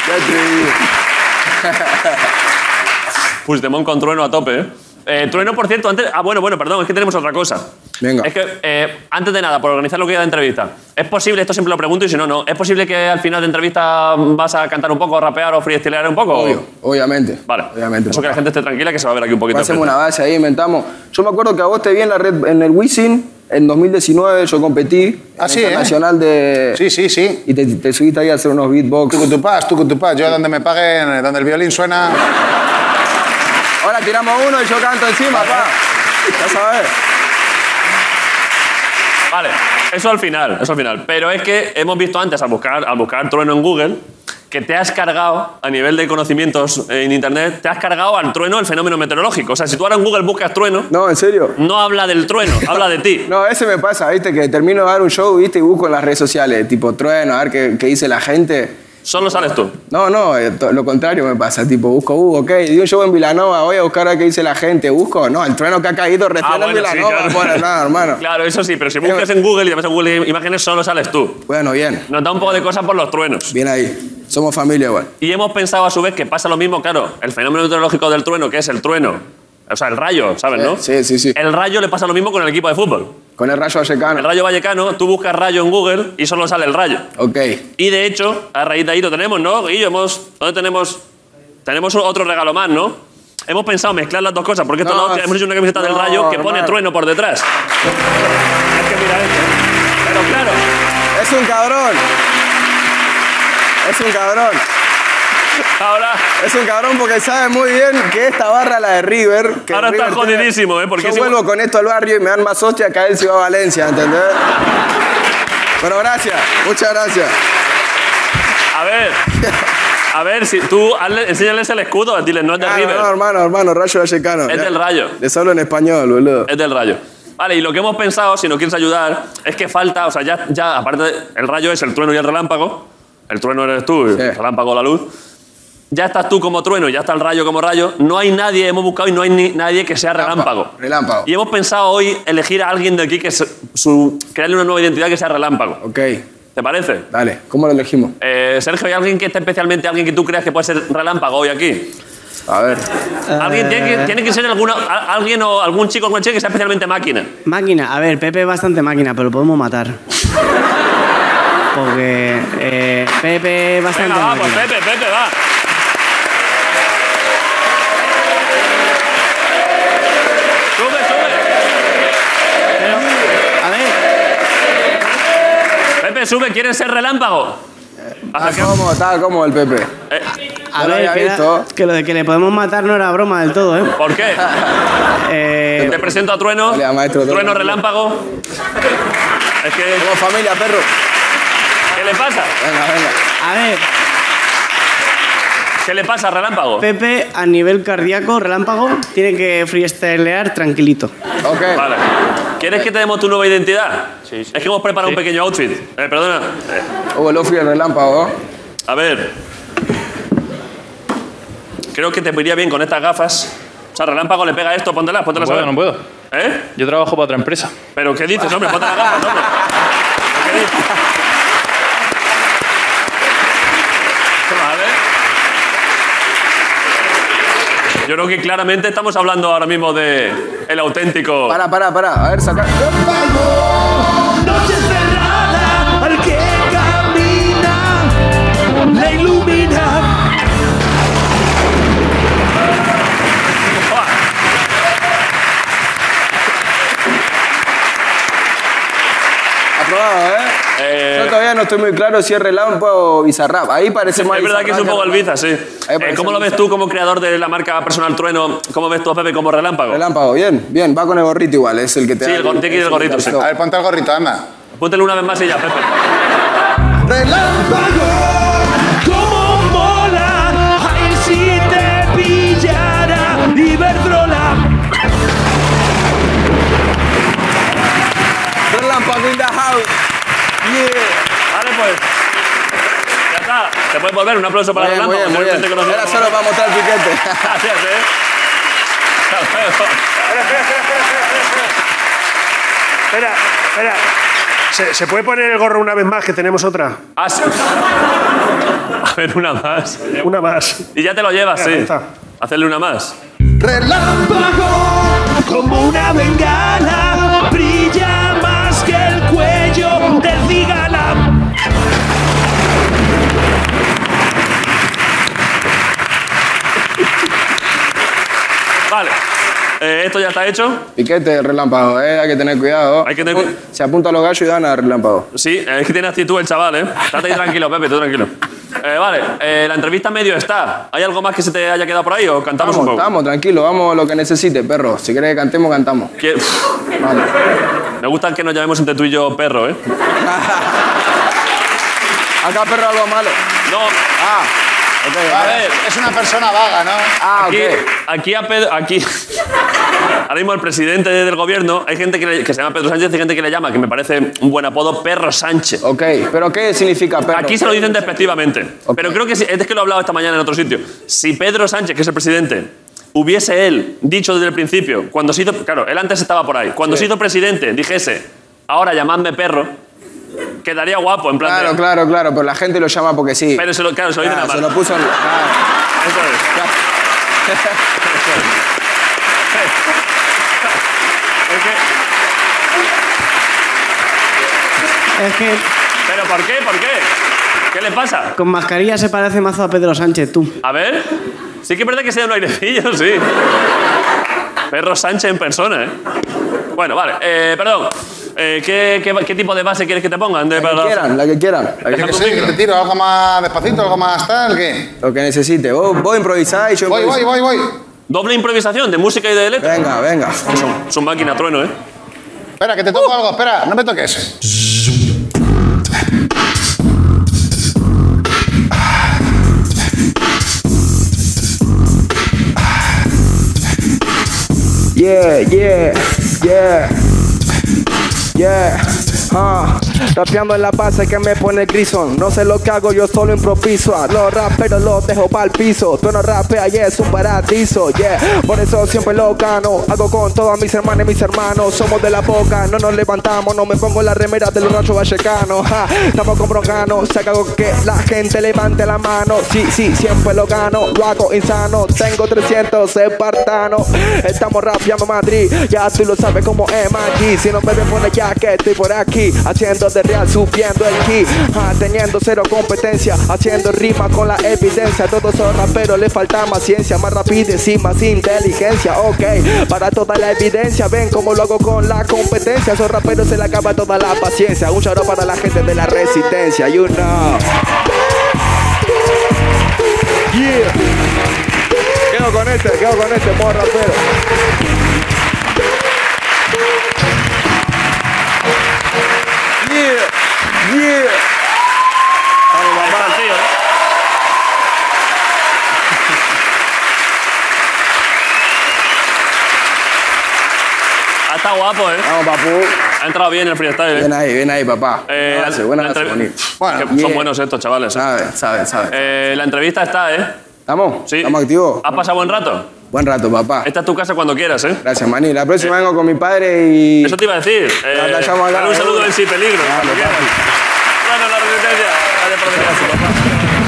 Speaker 5: Ya te digo.
Speaker 1: Puigdemont con Trueno a tope, ¿eh? Eh, Trueno, por cierto, antes... Ah, bueno, bueno, perdón, es que tenemos otra cosa.
Speaker 5: Venga.
Speaker 1: Es que, eh, antes de nada, por organizar lo que queda de entrevista, ¿es posible, esto siempre lo pregunto y si no, no, ¿es posible que al final de entrevista vas a cantar un poco, rapear o freestylear un poco?
Speaker 5: Obvio, obviamente.
Speaker 1: Vale.
Speaker 5: Obviamente.
Speaker 1: Eso que la gente esté tranquila que se va a ver aquí un poquito. de
Speaker 5: Hacemos
Speaker 1: frente.
Speaker 5: una base ahí, inventamos. Yo me acuerdo que a vos te vi en la red, en el Wisin, en 2019, yo competí.
Speaker 6: Ah,
Speaker 5: en
Speaker 6: sí,
Speaker 5: el
Speaker 6: ¿eh?
Speaker 5: Internacional de.
Speaker 6: Sí, sí, sí.
Speaker 5: Y te, te subiste ahí a hacer unos beatbox.
Speaker 6: Tucutupás, tucutupás. Yo donde me paguen, eh, donde el violín suena.
Speaker 5: Ahora tiramos uno y yo canto encima, pa. Ya sabes.
Speaker 1: Vale, eso al final, eso al final. Pero es que hemos visto antes, al buscar, al buscar trueno en Google, que te has cargado, a nivel de conocimientos en Internet, te has cargado al trueno el fenómeno meteorológico. O sea, si tú ahora en Google buscas trueno,
Speaker 5: No, en serio.
Speaker 1: no habla del trueno, habla de ti.
Speaker 5: No, ese me pasa, viste, que termino de dar un show, viste, y busco en las redes sociales, tipo trueno, a ver qué, qué dice la gente.
Speaker 1: Solo sales tú.
Speaker 5: No, no, eh, to- lo contrario me pasa, tipo, busco, uh, ok, di un show en Vilanova, voy a buscar a ver qué dice la gente, busco, no, el trueno que ha caído recién
Speaker 1: Ah,
Speaker 5: en Vilanova, bueno, nada, hermano.
Speaker 1: Claro, eso sí, pero si buscas en Google y te vas en Google Imágenes, solo sales tú.
Speaker 5: Bueno, bien,
Speaker 1: Nos da un poco de cosas por los truenos.
Speaker 5: bien ahí, somos familia igual.
Speaker 1: Y hemos pensado a su vez que pasa lo mismo, claro, el fenómeno meteorológico del trueno, que es el trueno, o sea, el rayo, ¿sabes, no?
Speaker 5: Sí, sí, sí.
Speaker 1: El rayo le pasa lo mismo con el equipo de fútbol.
Speaker 5: Con el Rayo
Speaker 1: El
Speaker 5: Vallecano,
Speaker 1: rayo vallecano, tú buscas rayo en Google y solo sale el rayo.
Speaker 5: ok.
Speaker 1: Y de hecho, a raíz de ahí lo tenemos, ¿no? Guillo, hemos, ¿dónde tenemos? Tenemos otro regalo más, ¿no? Hemos pensado mezclar las dos cosas, porque esto
Speaker 5: No,
Speaker 1: no, hemos hecho una camiseta del
Speaker 5: no,
Speaker 1: rayo que pone
Speaker 5: hermano.
Speaker 1: trueno por detrás. Hay que mirar esto. Pero claro,
Speaker 5: Es un cabrón, es un cabrón.
Speaker 1: ahora,
Speaker 5: Es un cabrón porque sabe muy bien que esta barra, la de River. Que
Speaker 1: ahora está
Speaker 5: River tiene-
Speaker 1: jodidísimo, ¿eh? Porque
Speaker 5: Yo
Speaker 1: es igual-
Speaker 5: vuelvo con esto al barrio y me dan más hostia que a él si va a Valencia, ¿entendés? Pero gracias, muchas gracias.
Speaker 1: A ver. A ver, si tú hazle- enséñales el escudo, dile, no es de
Speaker 5: Ah,
Speaker 1: River,
Speaker 5: no, hermano, hermano, Rayo Vallecano.
Speaker 1: es
Speaker 5: Ya.
Speaker 1: del Rayo.
Speaker 5: Les hablo en español, boludo.
Speaker 1: Es del rayo. Vale, y lo que hemos pensado, si nos quieres ayudar, es que falta, o sea, ya, ya aparte, de- el rayo es el trueno y el relámpago. El trueno eres tú, el relámpago la luz. Ya estás tú como trueno, ya está el rayo como rayo. No hay nadie, hemos buscado y no hay ni- nadie que sea relámpago.
Speaker 5: Relámpago.
Speaker 1: Y hemos pensado hoy elegir a alguien de aquí que se- su, crearle una nueva identidad que sea relámpago.
Speaker 5: Ok,
Speaker 1: ¿Te parece?
Speaker 5: dale, ¿cómo lo elegimos?
Speaker 1: Eh, Sergio, ¿hay alguien que esté especialmente, alguien que tú creas que puede ser relámpago hoy aquí?
Speaker 5: A ver.
Speaker 1: ¿Alguien tiene que, tiene que ser alguna, a- alguien o algún chico o alguna chica que sea especialmente máquina?
Speaker 9: Máquina, a ver, Pepe es bastante máquina, pero lo podemos matar. Porque eh, Pepe es bastante
Speaker 1: Venga, vamos,
Speaker 9: máquina.
Speaker 1: Pepe, Pepe, va. Sube, sube, sube, ¿quieres ser relámpago?
Speaker 5: Eh, Ah,
Speaker 3: Tal como, tal como el Pepe.
Speaker 1: Eh,
Speaker 10: A
Speaker 3: Yo lo
Speaker 10: ver,
Speaker 3: había
Speaker 10: que, era-
Speaker 3: visto.
Speaker 10: que lo de que le podemos matar no era broma del todo, ¿eh?
Speaker 1: ¿Por qué?
Speaker 10: Eh,
Speaker 1: Te presento a Trueno.
Speaker 3: Vale, a maestro,
Speaker 1: Trueno
Speaker 3: Trueno.
Speaker 1: relámpago. Es que,
Speaker 3: Como familia, perro.
Speaker 1: ¿qué le pasa?
Speaker 3: Venga, venga.
Speaker 10: a ver,
Speaker 1: ¿Qué le pasa, relámpago?
Speaker 10: Pepe a nivel cardíaco, relámpago, tiene que freestylear tranquilito.
Speaker 3: Ok.
Speaker 1: Vale. ¿Quieres que te demos tu nueva identidad? Sí, Es que hemos preparado un pequeño outfit. Eh, perdona. Eh,
Speaker 3: Hubo el Ofri el relámpago.
Speaker 1: a ver. Creo que te iría bien con estas gafas. O sea, relámpago le pega esto, póntelas, póntelas a
Speaker 11: puedo,
Speaker 1: ver.
Speaker 11: no puedo.
Speaker 1: ¿Eh?
Speaker 11: Yo trabajo para otra empresa.
Speaker 1: ¿Pero qué dices, hombre? Ponte las gafas, hombre. ¿Qué dices? Vale. Yo creo que claramente estamos hablando ahora mismo de el auténtico.
Speaker 3: Para, para, para. A ver, saca.
Speaker 12: Noche cerrada al que camina, la ilumina.
Speaker 3: Aprobado, ¿eh?
Speaker 1: Eh,
Speaker 3: Yo todavía no estoy muy claro si es relámpago o bizarrap. Ahí parece más
Speaker 1: es verdad que es un
Speaker 3: Bizarrap
Speaker 1: poco albiza, sí.
Speaker 3: Ahí
Speaker 1: Eh,
Speaker 3: parece
Speaker 1: ¿Cómo lo ves
Speaker 3: Albiza.
Speaker 1: tú como creador de la marca personal Trueno? ¿Cómo ves tú a Pepe como relámpago?
Speaker 3: Relámpago, bien, bien. Va con el gorrito igual, es el que te
Speaker 1: Sí,
Speaker 3: da
Speaker 1: el gor- tiene que ir el
Speaker 3: es
Speaker 1: gorrito, sí.
Speaker 3: da
Speaker 6: A
Speaker 3: el
Speaker 6: ver, ponte el gorrito, anda.
Speaker 1: Apúntale una vez más y ya, Pepe.
Speaker 3: flow.
Speaker 12: Como mola, ay si te pillara, Iberdrola.
Speaker 3: Relámpago in the house. Yeah.
Speaker 1: Vale, pues. Ya está. Te puedes volver. Un aplauso para
Speaker 3: Muy bien, muy
Speaker 1: Relámpago.
Speaker 3: bien, muy bien.
Speaker 1: anteriormente conocido
Speaker 3: Era
Speaker 1: como-
Speaker 3: solo para mostrar el piquete.
Speaker 1: Gracias, eh. Hasta luego.
Speaker 4: Espera, espera. ¿Se, se puede poner el gorro una vez más, que tenemos otra?
Speaker 1: Ah, sí. A ver, una más.
Speaker 4: Una más.
Speaker 1: Y ya te lo llevas,
Speaker 4: Mira, ahí
Speaker 1: sí.
Speaker 4: está.
Speaker 1: Hacerle una más.
Speaker 12: Relámpago, como una bengala, brilla más que el cuello del cigala.
Speaker 1: Vale. Eh, esto ya está hecho.
Speaker 3: Piquete, relámpago, eh. Hay que tener cuidado.
Speaker 1: Hay que tener cu-
Speaker 3: Se apunta a los gallos y dan a relámpago.
Speaker 1: Sí, eh, es que tiene actitud el chaval, ¿eh? Estate ahí tranquilo, Pepe, tú tranquilo. Eh, vale, eh, la entrevista medio está. ¿Hay algo más que se te haya quedado por ahí o cantamos
Speaker 3: Vamos,
Speaker 1: un poco?
Speaker 3: estamos, tranquilo, vamos lo que necesite, perro. Si quieres que cantemos, cantamos.
Speaker 1: Que-
Speaker 3: Vamos.
Speaker 1: Me gusta que nos llamemos entre tú y yo perro, ¿eh?
Speaker 3: Acá, perro, algo malo.
Speaker 1: No,
Speaker 3: Ah, ok,
Speaker 6: A
Speaker 3: vale.
Speaker 1: Eh.
Speaker 6: ver, es una persona vaga, ¿no?
Speaker 3: Ah,
Speaker 1: aquí,
Speaker 3: ok.
Speaker 1: aquí a Pedro... Aquí... Ahora mismo el presidente del gobierno, hay gente que, le- que se llama Pedro Sánchez, hay gente que le llama, que me parece un buen apodo, Perro Sánchez.
Speaker 3: Ok, pero ¿qué significa perro?
Speaker 1: Aquí se lo dicen despectivamente.
Speaker 3: Ok.
Speaker 1: Pero creo que sí- es que lo he hablado esta mañana en otro sitio. Si Pedro Sánchez, que es el presidente, hubiese él dicho desde el principio, cuando se hizo. Claro, él antes estaba por ahí. Cuando se hizo presidente, dijese, ahora llamadme perro, quedaría guapo, en plan. de-
Speaker 3: Claro, claro, claro, pero la gente lo llama porque sí.
Speaker 1: Pero se lo, claro, se lo dicen
Speaker 3: Ah,
Speaker 1: a
Speaker 3: se
Speaker 1: mano.
Speaker 3: lo puso. ah,
Speaker 1: Eso es.
Speaker 3: claro.
Speaker 1: Es que-
Speaker 10: Es que
Speaker 1: ¿Pero por qué? ¿Por qué? ¿Qué le pasa?
Speaker 10: con mascarilla se parece mazo a Pedro Sánchez, tú.
Speaker 1: A ver. Sí que es verdad que se da un airecillo, sí. Perro Sánchez en persona, ¿eh? Bueno, vale. Eh, perdón. Eh, ¿qué, qué, qué tipo de base quieres que te pongan? De,
Speaker 3: La que quieran, la que quieran. la que-
Speaker 6: Yo qué sé, que te tiro algo más despacito, algo más tal, ¿qué?
Speaker 3: Lo que necesite. Vos, vos improvisáis, yo
Speaker 6: Voy, voy,
Speaker 3: improviso.
Speaker 6: voy, voy.
Speaker 1: Doble improvisación de música y de letra.
Speaker 3: Venga, venga.
Speaker 1: Es un máquina trueno, ¿eh?
Speaker 6: Espera, que te
Speaker 1: Uh.
Speaker 6: toco algo, espera, no me toques.
Speaker 3: Yeah, yeah, yeah. Yeah, ah, rapeando en la base que me pone Grison. No sé lo que hago, yo solo improviso. Ah, A los raperos los dejo pa'l piso. Tú no rapeas y es un paradiso, yeah. Por eso siempre lo gano. Hago con todas mis hermanas y mis hermanos. Somos de la boca, no nos levantamos. No me pongo la remera del borracho vallecano. ja. Estamos con broncano, se hago que la gente levante la mano. Sí, sí, siempre lo gano. Lo hago insano, tengo 300 espartanos. Estamos rapeando Madrid, ya tú lo sabes cómo es Maggi. Si no me ven por allá, que estoy por aquí. Haciendo
Speaker 7: punta de real subiendo el ki Ah, Teniendo cero competencia Haciendo rima con la evidencia Todos son raperos, le falta más ciencia Más rapidez y más inteligencia Ok, para toda la evidencia Ven cómo lo hago con la competencia Esos raperos se le acaba toda la paciencia Un charo para la gente de la resistencia You know Yeah Quedo con este, quedo con este, morra, pero. Yeah, yeah.
Speaker 1: Ha estado guapo, ¿eh?
Speaker 3: Vamos, papu.
Speaker 1: Ha entrado bien el freestyle, ¿eh?
Speaker 3: Ven ahí, ven ahí, papá.
Speaker 1: Eh,
Speaker 3: Buenas
Speaker 1: la-
Speaker 3: noches, buenas
Speaker 1: la
Speaker 3: noches,
Speaker 1: entrev-
Speaker 3: bonito.
Speaker 1: Que Son buenos estos chavales. ¿eh?
Speaker 3: Sabes, sabes, sabes.
Speaker 1: Eh, la entrevista está, ¿eh?
Speaker 3: ¿Estamos?
Speaker 1: Sí.
Speaker 3: ¿Estamos activos?
Speaker 1: ¿Has pasado buen rato?
Speaker 3: Buen rato, papá.
Speaker 1: Esta es tu casa cuando quieras, ¿eh?
Speaker 3: Gracias, Mani. La próxima vengo con mi padre y.
Speaker 1: Eso te iba a decir. Eh,
Speaker 3: Ya, ya llamo a hablar.
Speaker 1: dale un saludo en sí peligro.
Speaker 3: Claro,
Speaker 1: cuando quieras.
Speaker 3: papi.
Speaker 1: Bueno, la resistencia. Dale, por detrás, papá.